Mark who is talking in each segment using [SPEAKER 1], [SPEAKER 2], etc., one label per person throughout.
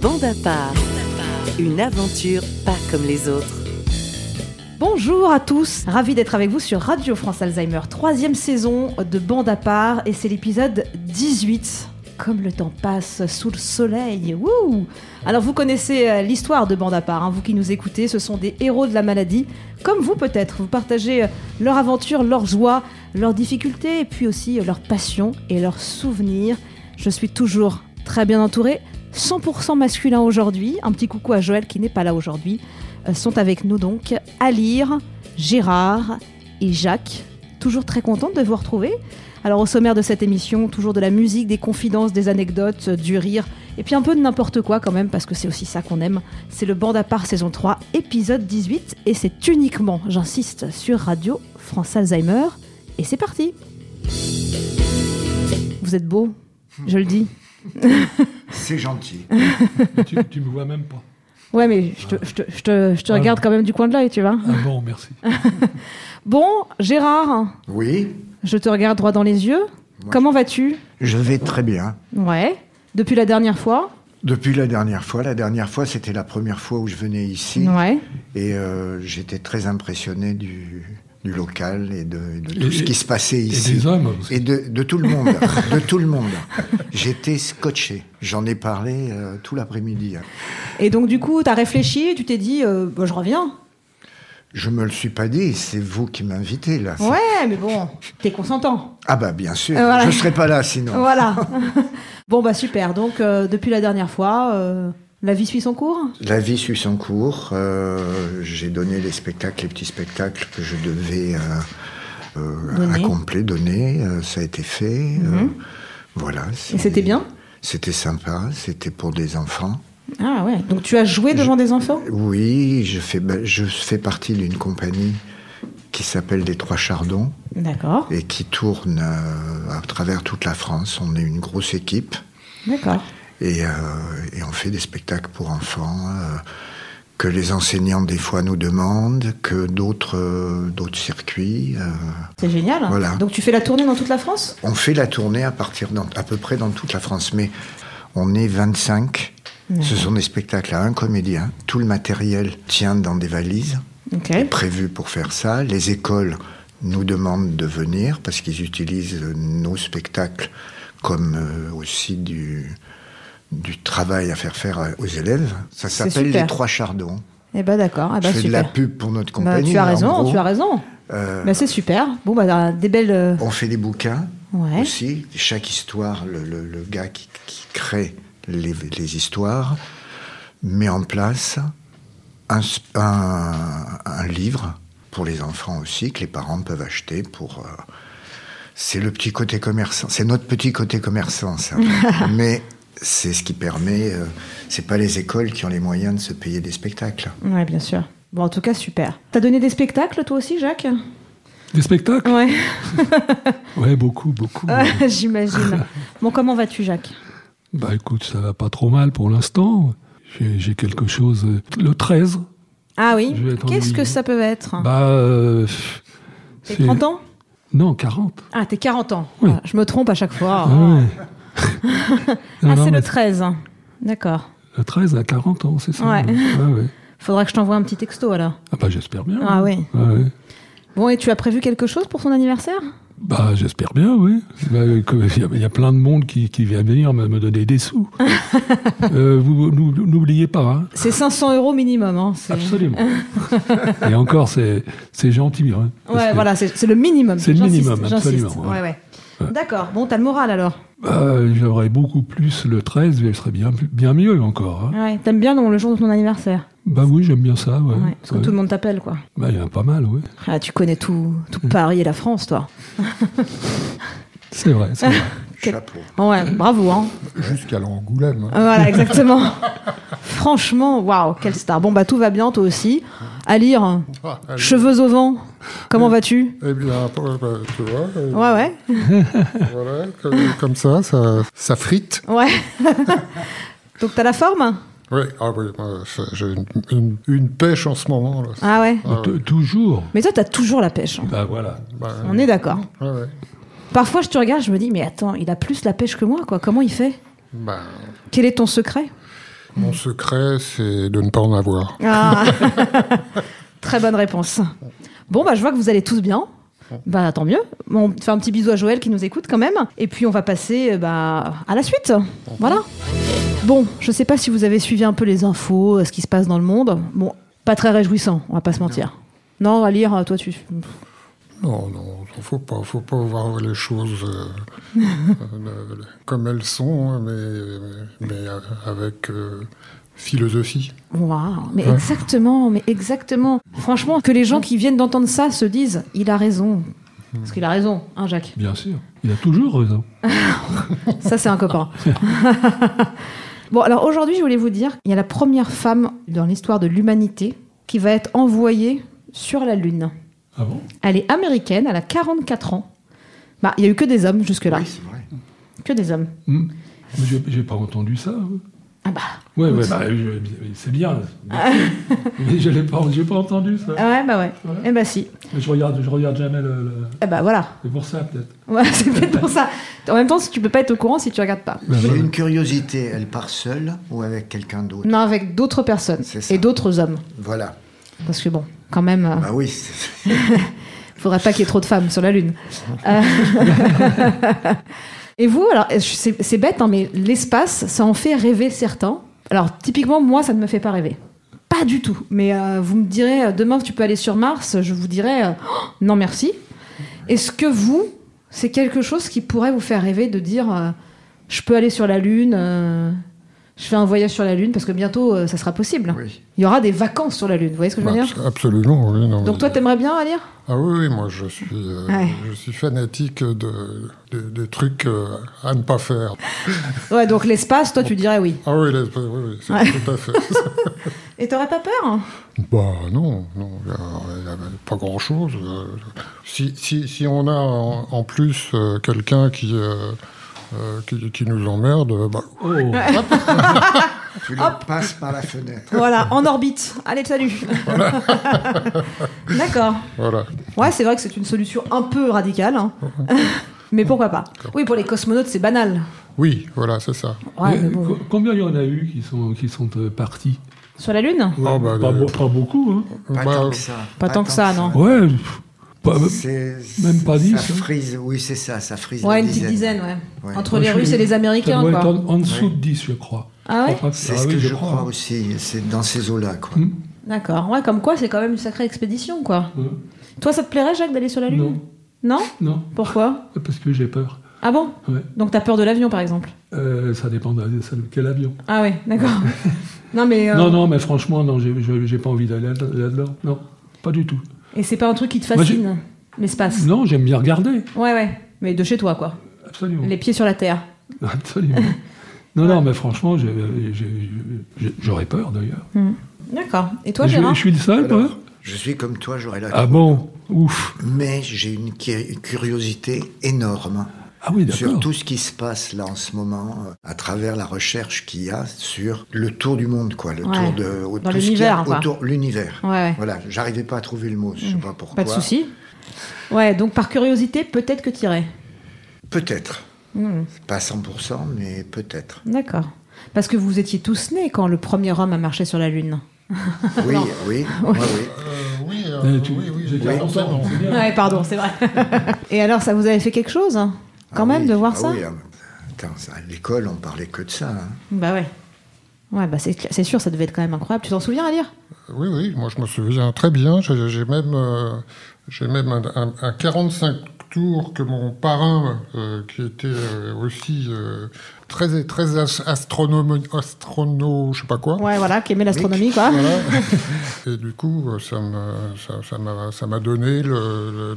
[SPEAKER 1] Bande à part, une aventure pas comme les autres.
[SPEAKER 2] Bonjour à tous, ravi d'être avec vous sur Radio France Alzheimer, troisième saison de Bande à part et c'est l'épisode 18. Comme le temps passe sous le soleil. Wouh Alors vous connaissez euh, l'histoire de Bande à part, hein, vous qui nous écoutez, ce sont des héros de la maladie, comme vous peut-être. Vous partagez euh, leur aventure, leur joie, leurs difficultés et puis aussi euh, leur passion et leurs souvenirs. Je suis toujours très bien entourée, 100% masculin aujourd'hui. Un petit coucou à Joël qui n'est pas là aujourd'hui. Euh, sont avec nous donc Alire, Gérard et Jacques. Toujours très contente de vous retrouver. Alors au sommaire de cette émission, toujours de la musique, des confidences, des anecdotes, euh, du rire, et puis un peu de n'importe quoi quand même, parce que c'est aussi ça qu'on aime. C'est le Bande à part saison 3, épisode 18, et c'est uniquement, j'insiste, sur Radio France Alzheimer. Et c'est parti Vous êtes beau, je le dis.
[SPEAKER 3] C'est gentil.
[SPEAKER 4] tu, tu me vois même pas.
[SPEAKER 2] Ouais, mais je te, je te- je te- je te regarde quand même du coin de l'œil, tu vois.
[SPEAKER 4] Ah bon, merci.
[SPEAKER 2] Bon, Gérard,
[SPEAKER 3] Oui,
[SPEAKER 2] je te regarde droit dans les yeux. Comment vas-tu
[SPEAKER 3] je vais très bien.
[SPEAKER 2] Ouais. Depuis la dernière fois
[SPEAKER 3] Depuis la dernière fois, la dernière fois, c'était la première fois où je venais ici.
[SPEAKER 2] Ouais.
[SPEAKER 3] Et euh, j'étais très impressionné du, du local et de, et de tout
[SPEAKER 4] Et-
[SPEAKER 3] ce qui se passait
[SPEAKER 4] Et
[SPEAKER 3] ici.
[SPEAKER 4] des hommes. aussi.
[SPEAKER 3] Et de, de tout le monde. de tout le monde. J'étais scotché. J'en ai parlé euh, tout l'après-midi.
[SPEAKER 2] Et donc, du coup, t'as réfléchi et tu t'es dit, euh, bah, je reviens.
[SPEAKER 3] Je me le suis pas dit, c'est vous qui m'invitez là.
[SPEAKER 2] Ouais, mais bon, t'es consentant.
[SPEAKER 3] Ah bah bien sûr,
[SPEAKER 2] Euh, voilà.
[SPEAKER 3] je serais pas là sinon.
[SPEAKER 2] Voilà. bon, bah super. Donc, euh, depuis la dernière fois, euh, la vie suit son cours
[SPEAKER 3] La vie suit son cours. Euh, j'ai donné les spectacles, les petits spectacles que je devais euh, euh,
[SPEAKER 2] Donner. Mhm.
[SPEAKER 3] accomplir, donner. Euh, ça a été fait. Euh, voilà. c'est-
[SPEAKER 2] Et c'était bien
[SPEAKER 3] C'était sympa. C'était pour des enfants.
[SPEAKER 2] Ah ouais. Donc, tu as joué devant des enfants
[SPEAKER 3] Oui, je fais, ben, je fais partie d'une compagnie qui s'appelle Les Trois Chardons
[SPEAKER 2] D'accord.
[SPEAKER 3] et qui tourne euh, à travers toute la France. On est une grosse équipe.
[SPEAKER 2] D'accord.
[SPEAKER 3] Et, euh, et on fait des spectacles pour enfants euh, que les enseignants des fois nous demandent, que d'autres euh, d'autres circuits. euh.
[SPEAKER 2] C'est génial.
[SPEAKER 3] Voilà.
[SPEAKER 2] Donc, tu fais la tournée dans toute la France
[SPEAKER 3] On fait la tournée à partir dans- à peu près dans toute la France, mais on est 25. Ce sont des spectacles à un comédien. Tout le matériel tient dans des valises
[SPEAKER 2] Ok.
[SPEAKER 3] prévues pour faire ça. Les écoles nous demandent de venir parce qu'ils utilisent nos spectacles comme euh, aussi du, du travail à faire faire aux élèves. Ça
[SPEAKER 2] C'est
[SPEAKER 3] s'appelle
[SPEAKER 2] super.
[SPEAKER 3] les Trois Chardons.
[SPEAKER 2] Eh ben, d'accord. Ah bah,
[SPEAKER 3] Je fais de
[SPEAKER 2] super.
[SPEAKER 3] la pub pour notre
[SPEAKER 2] Bah,
[SPEAKER 3] compagnie.
[SPEAKER 2] tu as
[SPEAKER 3] mais en
[SPEAKER 2] raison,
[SPEAKER 3] gros,
[SPEAKER 2] tu as raison.
[SPEAKER 3] euh,
[SPEAKER 2] Bah, c'est super. Bon, bah, t'as des belles. euh,
[SPEAKER 3] on fait des bouquins
[SPEAKER 2] Ouais.
[SPEAKER 3] aussi. Chaque histoire, le, le- le gars qui, qui crée les, les histoires met en place un, s- un- un livre pour les enfants aussi que les parents peuvent acheter pour. euh, c'est le petit côté commerçant. C'est notre petit côté commerçant, ça. Mais c'est ce qui permet. euh, c'est pas les écoles qui ont les moyens de se payer des spectacles.
[SPEAKER 2] Ouais, bien sûr. Bon, en tout cas, super. T'as donné des spectacles, toi aussi, Jacques
[SPEAKER 4] Des spectacles
[SPEAKER 2] Ouais,
[SPEAKER 4] Ouais, beaucoup, beaucoup.
[SPEAKER 2] j'imagine. Bon, comment vas-tu, Jacques
[SPEAKER 4] Bah écoute, ça va pas trop mal pour l'instant. J'ai j'ai quelque chose. euh, Le 13,
[SPEAKER 2] Ah oui
[SPEAKER 4] Je vais être
[SPEAKER 2] Qu'est-ce que
[SPEAKER 4] ennuyé.
[SPEAKER 2] ça peut être
[SPEAKER 4] bah. euh,
[SPEAKER 2] Ah. T'es
[SPEAKER 4] c'est-
[SPEAKER 2] 30 ans
[SPEAKER 4] Non, 40.
[SPEAKER 2] Ah, t'es 40 ans.
[SPEAKER 4] Oui.
[SPEAKER 2] Ah, je me trompe à chaque fois.
[SPEAKER 4] Ah, ouais. Non,
[SPEAKER 2] Ah,
[SPEAKER 4] non,
[SPEAKER 2] c'est
[SPEAKER 4] mais
[SPEAKER 2] le 13. D'accord.
[SPEAKER 4] le 13 à 40 ans, c'est ça
[SPEAKER 2] Ouais.
[SPEAKER 4] ouais.
[SPEAKER 2] Faudra que je t'envoie un petit texto, alors.
[SPEAKER 4] Ah bah j'espère bien.
[SPEAKER 2] Ah oui.
[SPEAKER 4] Ouais, ouais.
[SPEAKER 2] Bon, et tu as prévu quelque chose pour ton anniversaire
[SPEAKER 4] Bah, j'espère bien, oui. Bah, euh, que- Il y, a- il y a plein de monde qui, qui vient venir me, me donner des sous. Euh, vous n'ou- n'oubliez pas, hein.
[SPEAKER 2] C'est 500 euros minimum. Hein. c'est-
[SPEAKER 4] absolument. Et encore, c'est c'est gentil. hein, parce
[SPEAKER 2] Ouais,
[SPEAKER 4] que,
[SPEAKER 2] voilà, c'est c'est le minimum.
[SPEAKER 4] C'est le
[SPEAKER 2] J'insiste,
[SPEAKER 4] minimum,
[SPEAKER 2] j'insiste.
[SPEAKER 4] absolument,
[SPEAKER 2] Ouais,
[SPEAKER 4] ouais.
[SPEAKER 2] ouais.
[SPEAKER 4] Ouais.
[SPEAKER 2] D'accord. Bon, t'as le moral, alors.
[SPEAKER 4] bah, J'aurais beaucoup plus le 13, mais je serais bien, plus- bien mieux encore. hein.
[SPEAKER 2] Ouais, t'aimes bien donc, le jour de ton anniversaire
[SPEAKER 4] Bah oui, j'aime bien ça. Ouais.
[SPEAKER 2] Ouais, parce que
[SPEAKER 4] Ouais.
[SPEAKER 2] tout le monde t'appelle, quoi.
[SPEAKER 4] Bah, il y en a pas mal, oui.
[SPEAKER 2] Ah, tu connais tout, tout Paris et la France, toi.
[SPEAKER 4] C'est vrai, c'est vrai.
[SPEAKER 2] Quel-
[SPEAKER 3] Chapeau.
[SPEAKER 2] Bon, ouais, bravo, hein.
[SPEAKER 5] Jusqu'à l'Angoulême.
[SPEAKER 2] Euh, Voilà, exactement. Franchement, waouh, quelle star. Bon, bah, tout va bien, toi aussi. À lire,
[SPEAKER 5] Ah, allez.
[SPEAKER 2] cheveux au vent, comment vas-tu
[SPEAKER 5] Eh bien, après, bah, tu vois, euh,
[SPEAKER 2] Ouais, ouais,
[SPEAKER 5] voilà, comme, comme ça, ça, ça frite.
[SPEAKER 2] ouais. Donc, t'as la forme
[SPEAKER 5] Oui, ah oui, moi, ça, j'ai une, une- une pêche en ce moment. Là.
[SPEAKER 2] Ah ouais.
[SPEAKER 5] Ah ouais,
[SPEAKER 4] T- Toujours.
[SPEAKER 2] Mais toi, t'as toujours la pêche. hein.
[SPEAKER 4] Bah voilà.
[SPEAKER 5] bah,
[SPEAKER 2] On est d'accord.
[SPEAKER 5] ouais, ouais.
[SPEAKER 2] Parfois, je te regarde, je me dis, mais attends, il a plus la pêche que moi, quoi. Comment il fait
[SPEAKER 5] Bah,
[SPEAKER 2] Quel est ton secret
[SPEAKER 5] Mon secret, c'est de ne pas en avoir.
[SPEAKER 2] Ah. Très bonne réponse. Bon, bah, je vois que vous allez tous bien. Bah, tant mieux. On fait un petit bisou à Joël qui nous écoute quand même. Et puis, on va passer euh, bah, à la suite. Voilà. Bon, je sais pas si vous avez suivi un peu les infos, euh, ce qui se passe dans le monde. Bon, pas très réjouissant, on va pas se mentir. Non, à lire, euh, toi, tu.
[SPEAKER 5] Non, non, faut pas, faut pas voir les choses euh, euh, comme elles sont, hein, mais, mais avec euh, philosophie.
[SPEAKER 2] Waouh, hein. mais exactement, mais exactement. Franchement, que les gens qui viennent d'entendre ça se disent il a raison. Parce qu'il a raison, hein, Jacques
[SPEAKER 4] Bien sûr. Il a toujours raison.
[SPEAKER 2] Ça, c'est un copain. bon, alors aujourd'hui, je voulais vous dire, il y a la première femme dans l'histoire de l'humanité qui va être envoyée sur la Lune.
[SPEAKER 4] Ah bon
[SPEAKER 2] Elle est américaine, elle a 44 ans. Bah, il y a eu que des hommes jusque-là.
[SPEAKER 3] Oui, c'est vrai.
[SPEAKER 2] Que des hommes.
[SPEAKER 4] Hmm. Mais j'ai- J'ai pas entendu ça. hein.
[SPEAKER 2] Ah bah.
[SPEAKER 4] Ouais, ouais, bah, je- c'est bien. Mais je l'ai pas, j'ai pas entendu ça.
[SPEAKER 2] Ah Ouais, bah ouais. Eh bah si.
[SPEAKER 4] Mais je regarde, je regarde jamais le. le-
[SPEAKER 2] Eh bah voilà.
[SPEAKER 4] C'est pour ça peut-être.
[SPEAKER 2] Ouais, c'est peut-être pour ça. En même temps, si tu peux pas être au courant si tu regardes pas.
[SPEAKER 4] Bah,
[SPEAKER 3] J'ai
[SPEAKER 4] voilà.
[SPEAKER 3] une curiosité, elle part seule ou avec quelqu'un d'autre
[SPEAKER 2] Non, avec d'autres personnes
[SPEAKER 3] C'est ça.
[SPEAKER 2] et d'autres hommes.
[SPEAKER 3] Voilà.
[SPEAKER 2] Parce que bon, quand même, euh,
[SPEAKER 3] Bah oui, c'est-
[SPEAKER 2] faudrait pas qu'il y ait trop de femmes sur la Lune. Euh, et vous, alors, je- c'est c'est bête, hein, mais l'espace, ça en fait rêver certains. Alors, typiquement, moi, ça ne me fait pas rêver. Pas du tout. Mais euh, vous me direz, euh, demain, tu peux aller sur Mars, je vous dirais, euh, Oh, non merci. Est-ce que vous, c'est quelque chose qui pourrait vous faire rêver de dire, euh, je peux aller sur la Lune, euh, je fais un voyage sur la Lune, parce que bientôt, euh, ça sera possible.
[SPEAKER 3] oui.
[SPEAKER 2] Il y aura des vacances sur la Lune, vous voyez ce que je veux
[SPEAKER 5] Bah,
[SPEAKER 2] dire
[SPEAKER 5] abs- absolument, oui. non,
[SPEAKER 2] Donc
[SPEAKER 5] mais-
[SPEAKER 2] toi, t'aimerais bien aller
[SPEAKER 5] Ah oui, oui, moi je suis, euh,
[SPEAKER 2] Ouais.
[SPEAKER 5] je suis fanatique de, des- des trucs euh, à ne pas faire.
[SPEAKER 2] Ouais, donc l'espace, toi, tu dirais oui.
[SPEAKER 5] Ah oui, là, oui, oui, c'est tout à fait.
[SPEAKER 2] Et t'aurais pas peur hein
[SPEAKER 5] bah non, non, il n'y a, pas grand-chose. euh, Si, si, si on a en, en plus euh, quelqu'un qui, euh, euh, qui, qui nous emmerde, euh, bah,
[SPEAKER 4] Oh.
[SPEAKER 3] Tu le passes par la fenêtre.
[SPEAKER 2] Voilà, en orbite. Allez, salut D'accord.
[SPEAKER 5] voilà.
[SPEAKER 2] Ouais, c'est vrai que c'est une solution un peu radicale, hein. mais pourquoi pas Oui, pour les cosmonautes, c'est banal.
[SPEAKER 5] Oui, voilà, c'est ça.
[SPEAKER 2] Ouais,
[SPEAKER 4] Mais
[SPEAKER 2] mais bon.
[SPEAKER 4] co- Combien il y en a eu qui sont, qui sont euh, partis
[SPEAKER 2] Sur la Lune
[SPEAKER 5] Ah, bah,
[SPEAKER 4] pas,
[SPEAKER 5] des-
[SPEAKER 4] bo- pas beaucoup, hein
[SPEAKER 3] Pas
[SPEAKER 5] bah,
[SPEAKER 3] tant que ça.
[SPEAKER 2] Pas tant que ça, non.
[SPEAKER 4] Ouais. pff, pas-
[SPEAKER 3] C'est-
[SPEAKER 4] Même pas
[SPEAKER 3] ça
[SPEAKER 4] dix, hein.
[SPEAKER 3] frise, oui, c'est ça, ça frise.
[SPEAKER 2] Ouais,
[SPEAKER 3] une
[SPEAKER 2] une petite dizaine, ouais.
[SPEAKER 3] Ouais.
[SPEAKER 2] Entre
[SPEAKER 4] moi,
[SPEAKER 2] les
[SPEAKER 4] je
[SPEAKER 2] Russes
[SPEAKER 4] suis-
[SPEAKER 2] et les Américains,
[SPEAKER 4] ça doit être
[SPEAKER 2] quoi.
[SPEAKER 4] en, en dessous
[SPEAKER 3] Ouais.
[SPEAKER 4] de 10, je crois.
[SPEAKER 2] Ah ouais
[SPEAKER 4] Ah,
[SPEAKER 3] C'est
[SPEAKER 4] ah
[SPEAKER 3] ce
[SPEAKER 4] oui,
[SPEAKER 3] que je,
[SPEAKER 4] je
[SPEAKER 3] crois,
[SPEAKER 4] crois.
[SPEAKER 3] aussi, c'est dans ces eaux-là, quoi.
[SPEAKER 4] Hmm.
[SPEAKER 2] D'accord. Ouais, comme quoi, c'est quand même une sacrée expédition, quoi.
[SPEAKER 4] Ouais.
[SPEAKER 2] Toi, ça te plairait, Jacques, d'aller sur la Lune
[SPEAKER 4] Non.
[SPEAKER 2] Non
[SPEAKER 4] Non,
[SPEAKER 2] Pourquoi
[SPEAKER 4] parce que j'ai peur.
[SPEAKER 2] Ah bon
[SPEAKER 4] Ouais.
[SPEAKER 2] Donc t'as peur de l'avion, par exemple
[SPEAKER 4] Euh, ça dépend de, ça- de quel avion.
[SPEAKER 2] Ah ouais, d'accord. non, mais... euh,
[SPEAKER 4] Non, non, mais franchement, non, j'ai- j'ai j'ai pas envie d'aller là- là-dedans. Non, pas du tout.
[SPEAKER 2] Et c'est pas un truc qui te
[SPEAKER 4] Moi, j'ai-
[SPEAKER 2] fascine, l'espace.
[SPEAKER 4] Non, j'aime bien regarder.
[SPEAKER 2] Ouais, ouais. Mais de chez toi, quoi.
[SPEAKER 4] Absolument.
[SPEAKER 2] Les pieds sur la terre.
[SPEAKER 4] Absolument. Non, non, mais franchement, j'ai- j'ai- j'ai- j'aurais peur d'ailleurs.
[SPEAKER 2] D'accord. Et toi,
[SPEAKER 4] je,
[SPEAKER 2] Gérard
[SPEAKER 4] je suis le seul,
[SPEAKER 3] Alors,
[SPEAKER 4] toi
[SPEAKER 3] je suis comme toi, j'aurais la
[SPEAKER 4] Ah bah. bon Ouf.
[SPEAKER 3] Mais j'ai une cu- curiosité énorme
[SPEAKER 4] Ah oui,
[SPEAKER 3] sur
[SPEAKER 4] d'accord.
[SPEAKER 3] tout ce qui se passe là en ce moment, euh, à travers la recherche qu'il y a sur le tour du monde, quoi. Le
[SPEAKER 2] Ouais.
[SPEAKER 3] tour de. au-
[SPEAKER 2] Dans
[SPEAKER 3] tout ce qu'il y a
[SPEAKER 2] l'univers, quoi.
[SPEAKER 3] Autour l'univers.
[SPEAKER 2] Ouais, ouais. Mmh.
[SPEAKER 3] Voilà, j'arrivais pas à trouver le mot, je sais pas pourquoi.
[SPEAKER 2] Pas de souci. Ouais, donc par curiosité, peut-être que t'irais.
[SPEAKER 3] Peut-être.
[SPEAKER 2] Hmm.
[SPEAKER 3] Pas 100%, mais peut-être.
[SPEAKER 2] D'accord. Parce que vous étiez tous nés quand le premier homme a marché sur la Lune. Ah
[SPEAKER 3] Oui, oui, oui, oui.
[SPEAKER 5] Euh, oui, euh,
[SPEAKER 4] Eh, tu-
[SPEAKER 5] oui, oui,
[SPEAKER 4] j'ai
[SPEAKER 5] oui,
[SPEAKER 4] 40 ans,
[SPEAKER 5] forcément.
[SPEAKER 4] c'est bien.
[SPEAKER 2] Ouais, pardon, c'est vrai. Et alors, ça vous avait fait quelque chose hein, Quand
[SPEAKER 3] Ah
[SPEAKER 2] même,
[SPEAKER 3] oui,
[SPEAKER 2] de voir
[SPEAKER 3] ah
[SPEAKER 2] ça
[SPEAKER 3] oui, ah, attends, ça, à l'école, on parlait que de ça. hein.
[SPEAKER 2] Bah ouais. Ouais, bah c'est cla- c'est sûr, ça devait être quand même incroyable. Tu t'en souviens à lire
[SPEAKER 5] Oui, oui, moi je me souviens très bien. J'ai j'ai même, euh, j'ai même un, un- un 45 tours que mon parrain, euh, qui était euh, aussi euh, très, très as- astronome, astrono, je sais pas quoi.
[SPEAKER 2] Ouais, voilà, qui aimait l'astronomie, quoi.
[SPEAKER 5] Voilà. Et du coup, euh, ça me- ça- ça m'a ça m'a donné le,